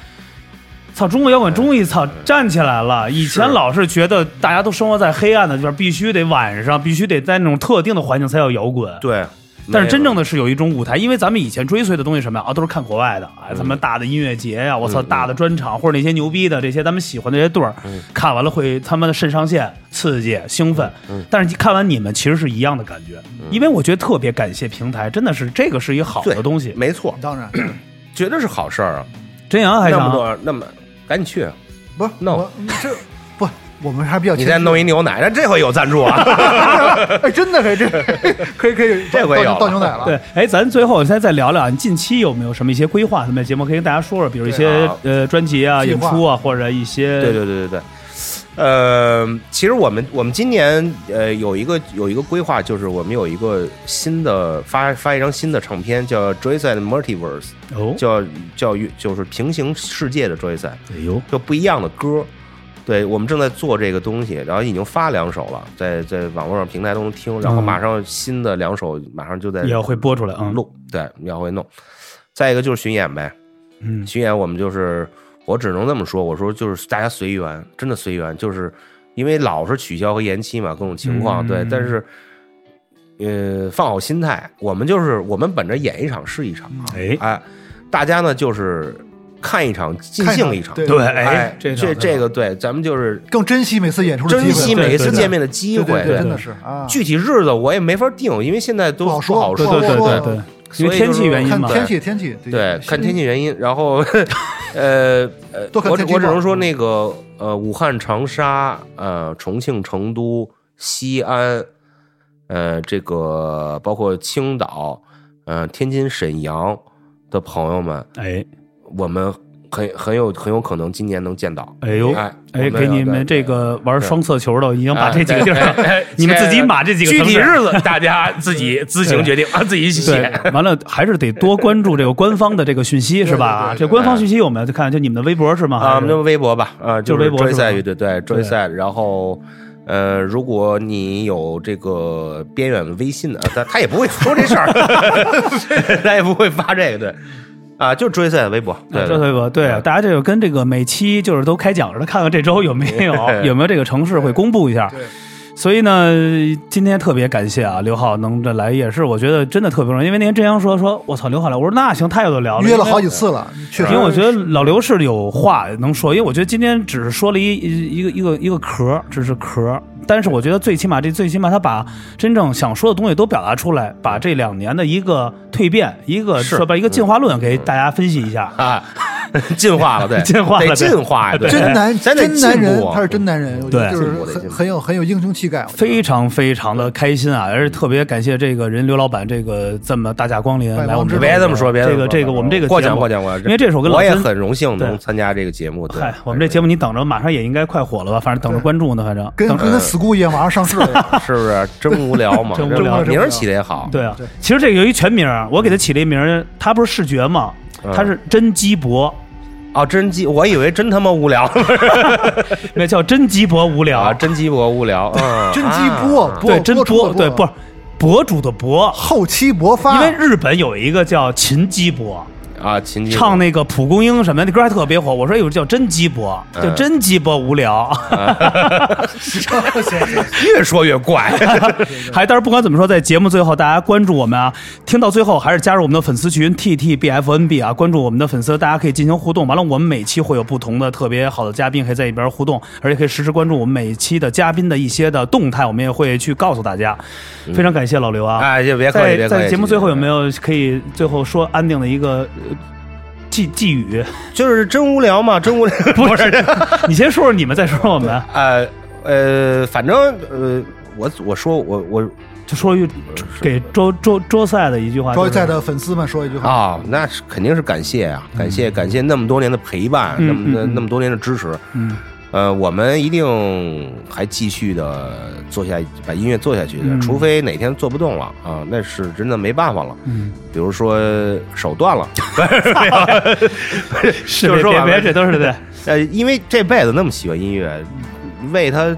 Speaker 4: 操，中国摇滚终于操站起来了！以前老是觉得大家都生活在黑暗的地方，必须得晚上，必须得在那种特定的环境才叫摇滚。
Speaker 1: 对。
Speaker 4: 但是真正
Speaker 1: 的
Speaker 4: 的是有一种舞台，因为咱们以前追随的东西什么呀啊，都是看国外的，哎，
Speaker 1: 嗯
Speaker 4: 咱们大的音乐节呀、我操，大的专场或者那些牛逼的这些咱们喜欢的这些队儿，
Speaker 1: 嗯
Speaker 4: 看完了会他妈的肾上腺刺激兴奋，
Speaker 1: 嗯
Speaker 4: 但是看完你们其实是一样的感觉，因为我觉得特别感谢平台，真的是这个是一个好
Speaker 1: 对
Speaker 4: 的东西。
Speaker 1: 没错，
Speaker 3: 当然
Speaker 1: 绝对是好事儿啊！
Speaker 4: 真阳还
Speaker 1: 那么
Speaker 4: 想
Speaker 1: 多，那么赶紧去，
Speaker 3: 不是
Speaker 1: No
Speaker 3: 我这不我们还比较
Speaker 1: 你
Speaker 3: 谦
Speaker 1: 再
Speaker 3: 虚
Speaker 1: 弄一牛奶，那这回有赞助啊！
Speaker 3: 哎，真的 可以，这可以可以，
Speaker 1: 这回有
Speaker 3: 倒
Speaker 1: 了
Speaker 3: 倒牛奶了。
Speaker 4: 对，哎，咱最后再再聊聊，你近期有没有什么一些规划？咱们节目可以跟大家说说，比如一
Speaker 1: 对
Speaker 4: 些
Speaker 1: 啊
Speaker 4: 呃专辑啊、
Speaker 3: 计
Speaker 4: 演
Speaker 3: 划
Speaker 4: 出啊，或者一些
Speaker 1: 对对对对对，呃，其实我们我们今年呃有一个有一个规划，就是我们有一个新的发发一张新的唱片，叫《Joyce and Multiverse》，
Speaker 4: 哦，
Speaker 1: 叫叫就是平行世界的 Joyce。
Speaker 4: 哎呦，
Speaker 1: 就不一样的歌。对我们正在做这个东西，然后已经发两首了，在在网络上平台都能听，然后
Speaker 4: 嗯
Speaker 1: 马上新的两首马上就在
Speaker 4: 也要会播出来啊，嗯
Speaker 1: 录，对，要会弄。再一个就是巡演呗，
Speaker 4: 嗯，
Speaker 1: 巡演我们就是我只能这么说，我说就是大家随缘，真的随缘，就是因为老是取消和延期嘛，各种情
Speaker 4: 嗯
Speaker 1: 况，对，但是。呃，放好心态，我们就是我们本着演一场是一场，
Speaker 4: 哎，
Speaker 1: 哎，大家呢就是看一场尽
Speaker 3: 看一
Speaker 1: 兴
Speaker 3: 场
Speaker 1: 一场，
Speaker 3: 对
Speaker 4: 对，
Speaker 1: 哎，
Speaker 4: 这
Speaker 1: 这这个对，咱们就是
Speaker 3: 更珍惜每次演出的机
Speaker 1: 珍
Speaker 3: 会，
Speaker 1: 惜
Speaker 4: 对
Speaker 1: 每一次
Speaker 4: 对
Speaker 1: 见面的机
Speaker 3: 对
Speaker 1: 会。
Speaker 3: 对对，真
Speaker 4: 对
Speaker 3: 的是啊，
Speaker 1: 具体日子我也没法定，因为现在都
Speaker 3: 不好说
Speaker 1: 好
Speaker 4: 对
Speaker 1: 说。
Speaker 4: 对对
Speaker 3: 说
Speaker 4: 对
Speaker 3: 说
Speaker 4: 对，
Speaker 1: 所以
Speaker 4: 因为天气
Speaker 1: 就是
Speaker 4: 原因
Speaker 3: 看
Speaker 4: 嘛，
Speaker 3: 天气天气，
Speaker 1: 对，看天
Speaker 3: 气，
Speaker 1: 气原因。然后， 呃呃，
Speaker 3: 多
Speaker 1: 我
Speaker 3: 看
Speaker 1: 我
Speaker 3: 天嗯气
Speaker 1: 只
Speaker 3: 预报
Speaker 1: 能说那个呃，武汉、长沙、呃，重庆、成都、西安，呃，这个包括青岛、呃，天津、沈阳的朋友们，
Speaker 4: 哎
Speaker 1: 我们很很有很有可能今年能见到。
Speaker 4: 哎呦
Speaker 1: 哎
Speaker 4: 哎，
Speaker 1: 我们
Speaker 4: 给你
Speaker 1: 有
Speaker 4: 们
Speaker 1: 的
Speaker 4: 这个玩双色球的，已经把这
Speaker 1: 哎
Speaker 4: 几个地儿，
Speaker 1: 对
Speaker 4: 你们自己码这几个
Speaker 1: 具
Speaker 4: 城
Speaker 1: 体
Speaker 4: 市
Speaker 1: 日子大家自己自行决定啊，自己
Speaker 4: 对
Speaker 1: 写。，
Speaker 4: 完了还是得多关注这个官方的这个讯息是吧？
Speaker 3: 对对对
Speaker 4: 这官方讯息我们要去看，就你们的微博是吗？
Speaker 1: 哎啊，我
Speaker 4: 还
Speaker 1: 们
Speaker 4: 是
Speaker 1: 就微博吧，啊，
Speaker 4: 就是微博是
Speaker 1: 追赛
Speaker 4: 吧
Speaker 1: 乐队，对追赛。然后，呃，如果你有这个边远的微信啊，他他也不会说这事儿， 他也不会发这个，对，啊，就追赛的微博，对，
Speaker 4: 啊这
Speaker 1: 对
Speaker 4: 微博对，大家这个跟这个每期就是都开奖似的，看看这周有没有有没有这个城市会公布一下。
Speaker 3: 对，
Speaker 4: 所以呢，今天特别感谢啊，刘浩能这来，也是我觉得真的特别不容易。因为那天真阳说说，我操，刘浩来，我说那行，太有的聊了，
Speaker 3: 约了
Speaker 4: 因为
Speaker 3: 好几次了，确实。
Speaker 4: 因为我觉得老刘是有话能说，因为我觉得今天只是说了一一一个一个一个壳，只是壳。但是我觉得最起码这最起码他把真正想说的东西都表达出来，把这两年的一个蜕变，一个
Speaker 1: 是嗯
Speaker 4: 说白一个进化论给大家分析一下。
Speaker 1: 啊，进化了，对，
Speaker 4: 进化了
Speaker 1: 得
Speaker 4: 对
Speaker 1: 进化呀，对
Speaker 3: 真男
Speaker 1: 咱得
Speaker 3: 真男
Speaker 1: 进
Speaker 3: 人
Speaker 1: 步，啊
Speaker 3: 他是真男人，我觉得就
Speaker 4: 对
Speaker 3: 是
Speaker 1: 进步得进
Speaker 3: 很
Speaker 1: 步
Speaker 3: 很有很有英雄气概。我觉得
Speaker 4: 非常非常的开心啊！而且特别感谢这个人刘老板这个这么大驾光临
Speaker 3: 拜
Speaker 4: 来我们
Speaker 3: 望之
Speaker 4: 边
Speaker 1: 别这么说，别
Speaker 4: 这
Speaker 1: 么
Speaker 4: 个
Speaker 1: 说
Speaker 4: 这个我们这个
Speaker 1: 过
Speaker 4: 节
Speaker 1: 奖
Speaker 4: 目
Speaker 1: 过奖过奖，
Speaker 4: 因为这首跟老
Speaker 1: 我也
Speaker 4: 曾
Speaker 1: 很荣幸能
Speaker 4: 对
Speaker 1: 参加这个节目。对
Speaker 4: 嗨，我们这节目你等着，马上也应该快火了吧？反正等着
Speaker 3: 对
Speaker 4: 关注呢，反正
Speaker 3: 跟
Speaker 4: 等
Speaker 3: 跟跟 school 一样，马上上市 了。
Speaker 1: 是不是真无聊 嘛？
Speaker 4: 真无
Speaker 1: 真
Speaker 4: 聊
Speaker 1: 名儿起的也好。
Speaker 4: 对啊
Speaker 3: 对，
Speaker 4: 其实这个有一全名儿，我给他起了一名儿，他不是视觉吗？
Speaker 1: 嗯
Speaker 4: 他是真鸡博，
Speaker 1: 啊，真鸡，我以为真他妈无聊
Speaker 4: 那叫真鸡博无
Speaker 1: 啊，
Speaker 4: 聊，
Speaker 1: 真鸡博无聊，嗯
Speaker 3: 真鸡播
Speaker 1: 啊
Speaker 3: 播
Speaker 4: 对，真
Speaker 3: 播啊出
Speaker 4: 博，
Speaker 3: 的
Speaker 4: 对，不是博主的博，
Speaker 3: 后期勃发，
Speaker 4: 因为日本有一个叫秦鸡博，
Speaker 1: 啊，秦鸡
Speaker 4: 唱那个蒲公英什么的，那歌还特别火。我说有哎叫真鸡博，
Speaker 1: 嗯
Speaker 4: 叫真鸡博无聊，
Speaker 1: 越说越怪，
Speaker 4: 还但是不管怎么说，在节目最后大家关注我们啊，听到最后还是加入我们的粉丝群 T T B F N B 啊，关注我们的粉丝，大家可以进行互动。完啊了，我们每期会有不同的特别好的嘉宾可以在里边互动，而且可以实时关注我们每期的嘉宾的一些的动态，我们也会去告诉大家。非常感谢老刘啊，
Speaker 1: 哎，就别客气，
Speaker 4: 在
Speaker 1: 别客
Speaker 4: 在
Speaker 1: 气。
Speaker 4: 节目最后有没
Speaker 1: 有？
Speaker 4: 有可以最后说安定的一个呃寄寄语？
Speaker 1: 就是真无聊嘛，真无聊，不是
Speaker 4: 你先说说你们，再说说我们，
Speaker 1: 呃呃，反正呃，我我说我我呃
Speaker 4: 就说一句给周周周赛的一句话、就
Speaker 3: 周
Speaker 4: 是，
Speaker 3: 一赛的粉丝们说一句话，
Speaker 1: 啊，那是肯定是感谢啊，感谢感谢那么多年的陪伴，
Speaker 4: 嗯
Speaker 1: 那么那
Speaker 4: 嗯嗯
Speaker 1: 那么多年的支持，
Speaker 4: 嗯，
Speaker 1: 呃，我们一定还继续的做下把音乐做下去的，
Speaker 4: 嗯
Speaker 1: 除非哪天做不动了啊，那是真的没办法了，
Speaker 4: 嗯，
Speaker 1: 比如说手断了，
Speaker 4: 是
Speaker 1: 就
Speaker 4: 别
Speaker 1: 是说
Speaker 4: 别
Speaker 1: 完
Speaker 4: 别
Speaker 1: 了
Speaker 4: 这都是对，
Speaker 1: 呃，因为这辈子那么喜欢音乐，为他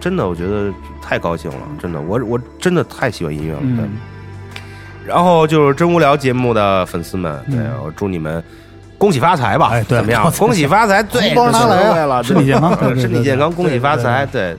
Speaker 1: 真的我觉得太高兴了，真的，我我真的太喜欢音乐了。对
Speaker 4: 嗯，
Speaker 1: 然后就是真无聊节目的粉丝们，对
Speaker 4: 嗯
Speaker 1: 我祝你们恭喜发财吧，
Speaker 4: 哎对
Speaker 1: 怎么
Speaker 4: 恭
Speaker 1: 样？
Speaker 4: 喜
Speaker 1: 恭喜发财，对，
Speaker 3: 红包拿来啊
Speaker 1: 无所谓 了，
Speaker 4: 身体健康
Speaker 1: 对
Speaker 4: 对对
Speaker 1: 身
Speaker 4: 对
Speaker 1: 体健康，
Speaker 4: 对
Speaker 1: 恭喜发财，对，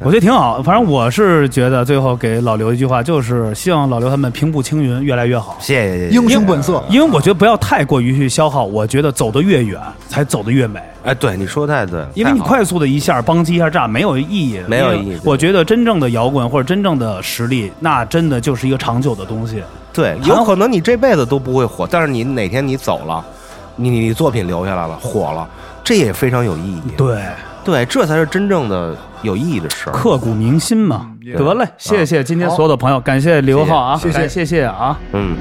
Speaker 4: 我觉得挺好。反正我是觉得最后给老刘一句话，就是希望老刘他们平步青云，越来越好。
Speaker 1: 谢谢谢谢，
Speaker 3: 英雄本色。
Speaker 4: 因为我觉得不要太过于去消耗，我觉得走得越远才走得越美，
Speaker 1: 哎，对，你说得太对，
Speaker 4: 因为你
Speaker 1: 太好了
Speaker 4: 快速的一下邦击一下炸没有意义，
Speaker 1: 没有
Speaker 4: 因为
Speaker 1: 意义对
Speaker 4: 我觉得真正的摇滚或者真正的实力，那真的就是一个长久的东西。
Speaker 1: 对，有可能你这辈子都不会火，但是你哪天你走了，你你你作品留下来了，火了，这也非常有意义，
Speaker 4: 对，
Speaker 1: 对，这才是真正的有意义的事儿。
Speaker 4: 刻骨铭
Speaker 1: 嗯
Speaker 4: 心嘛。得嘞，谢谢今天所有的朋友，感谢刘浩啊，
Speaker 3: 谢谢
Speaker 4: 感谢谢啊。
Speaker 1: 嗯。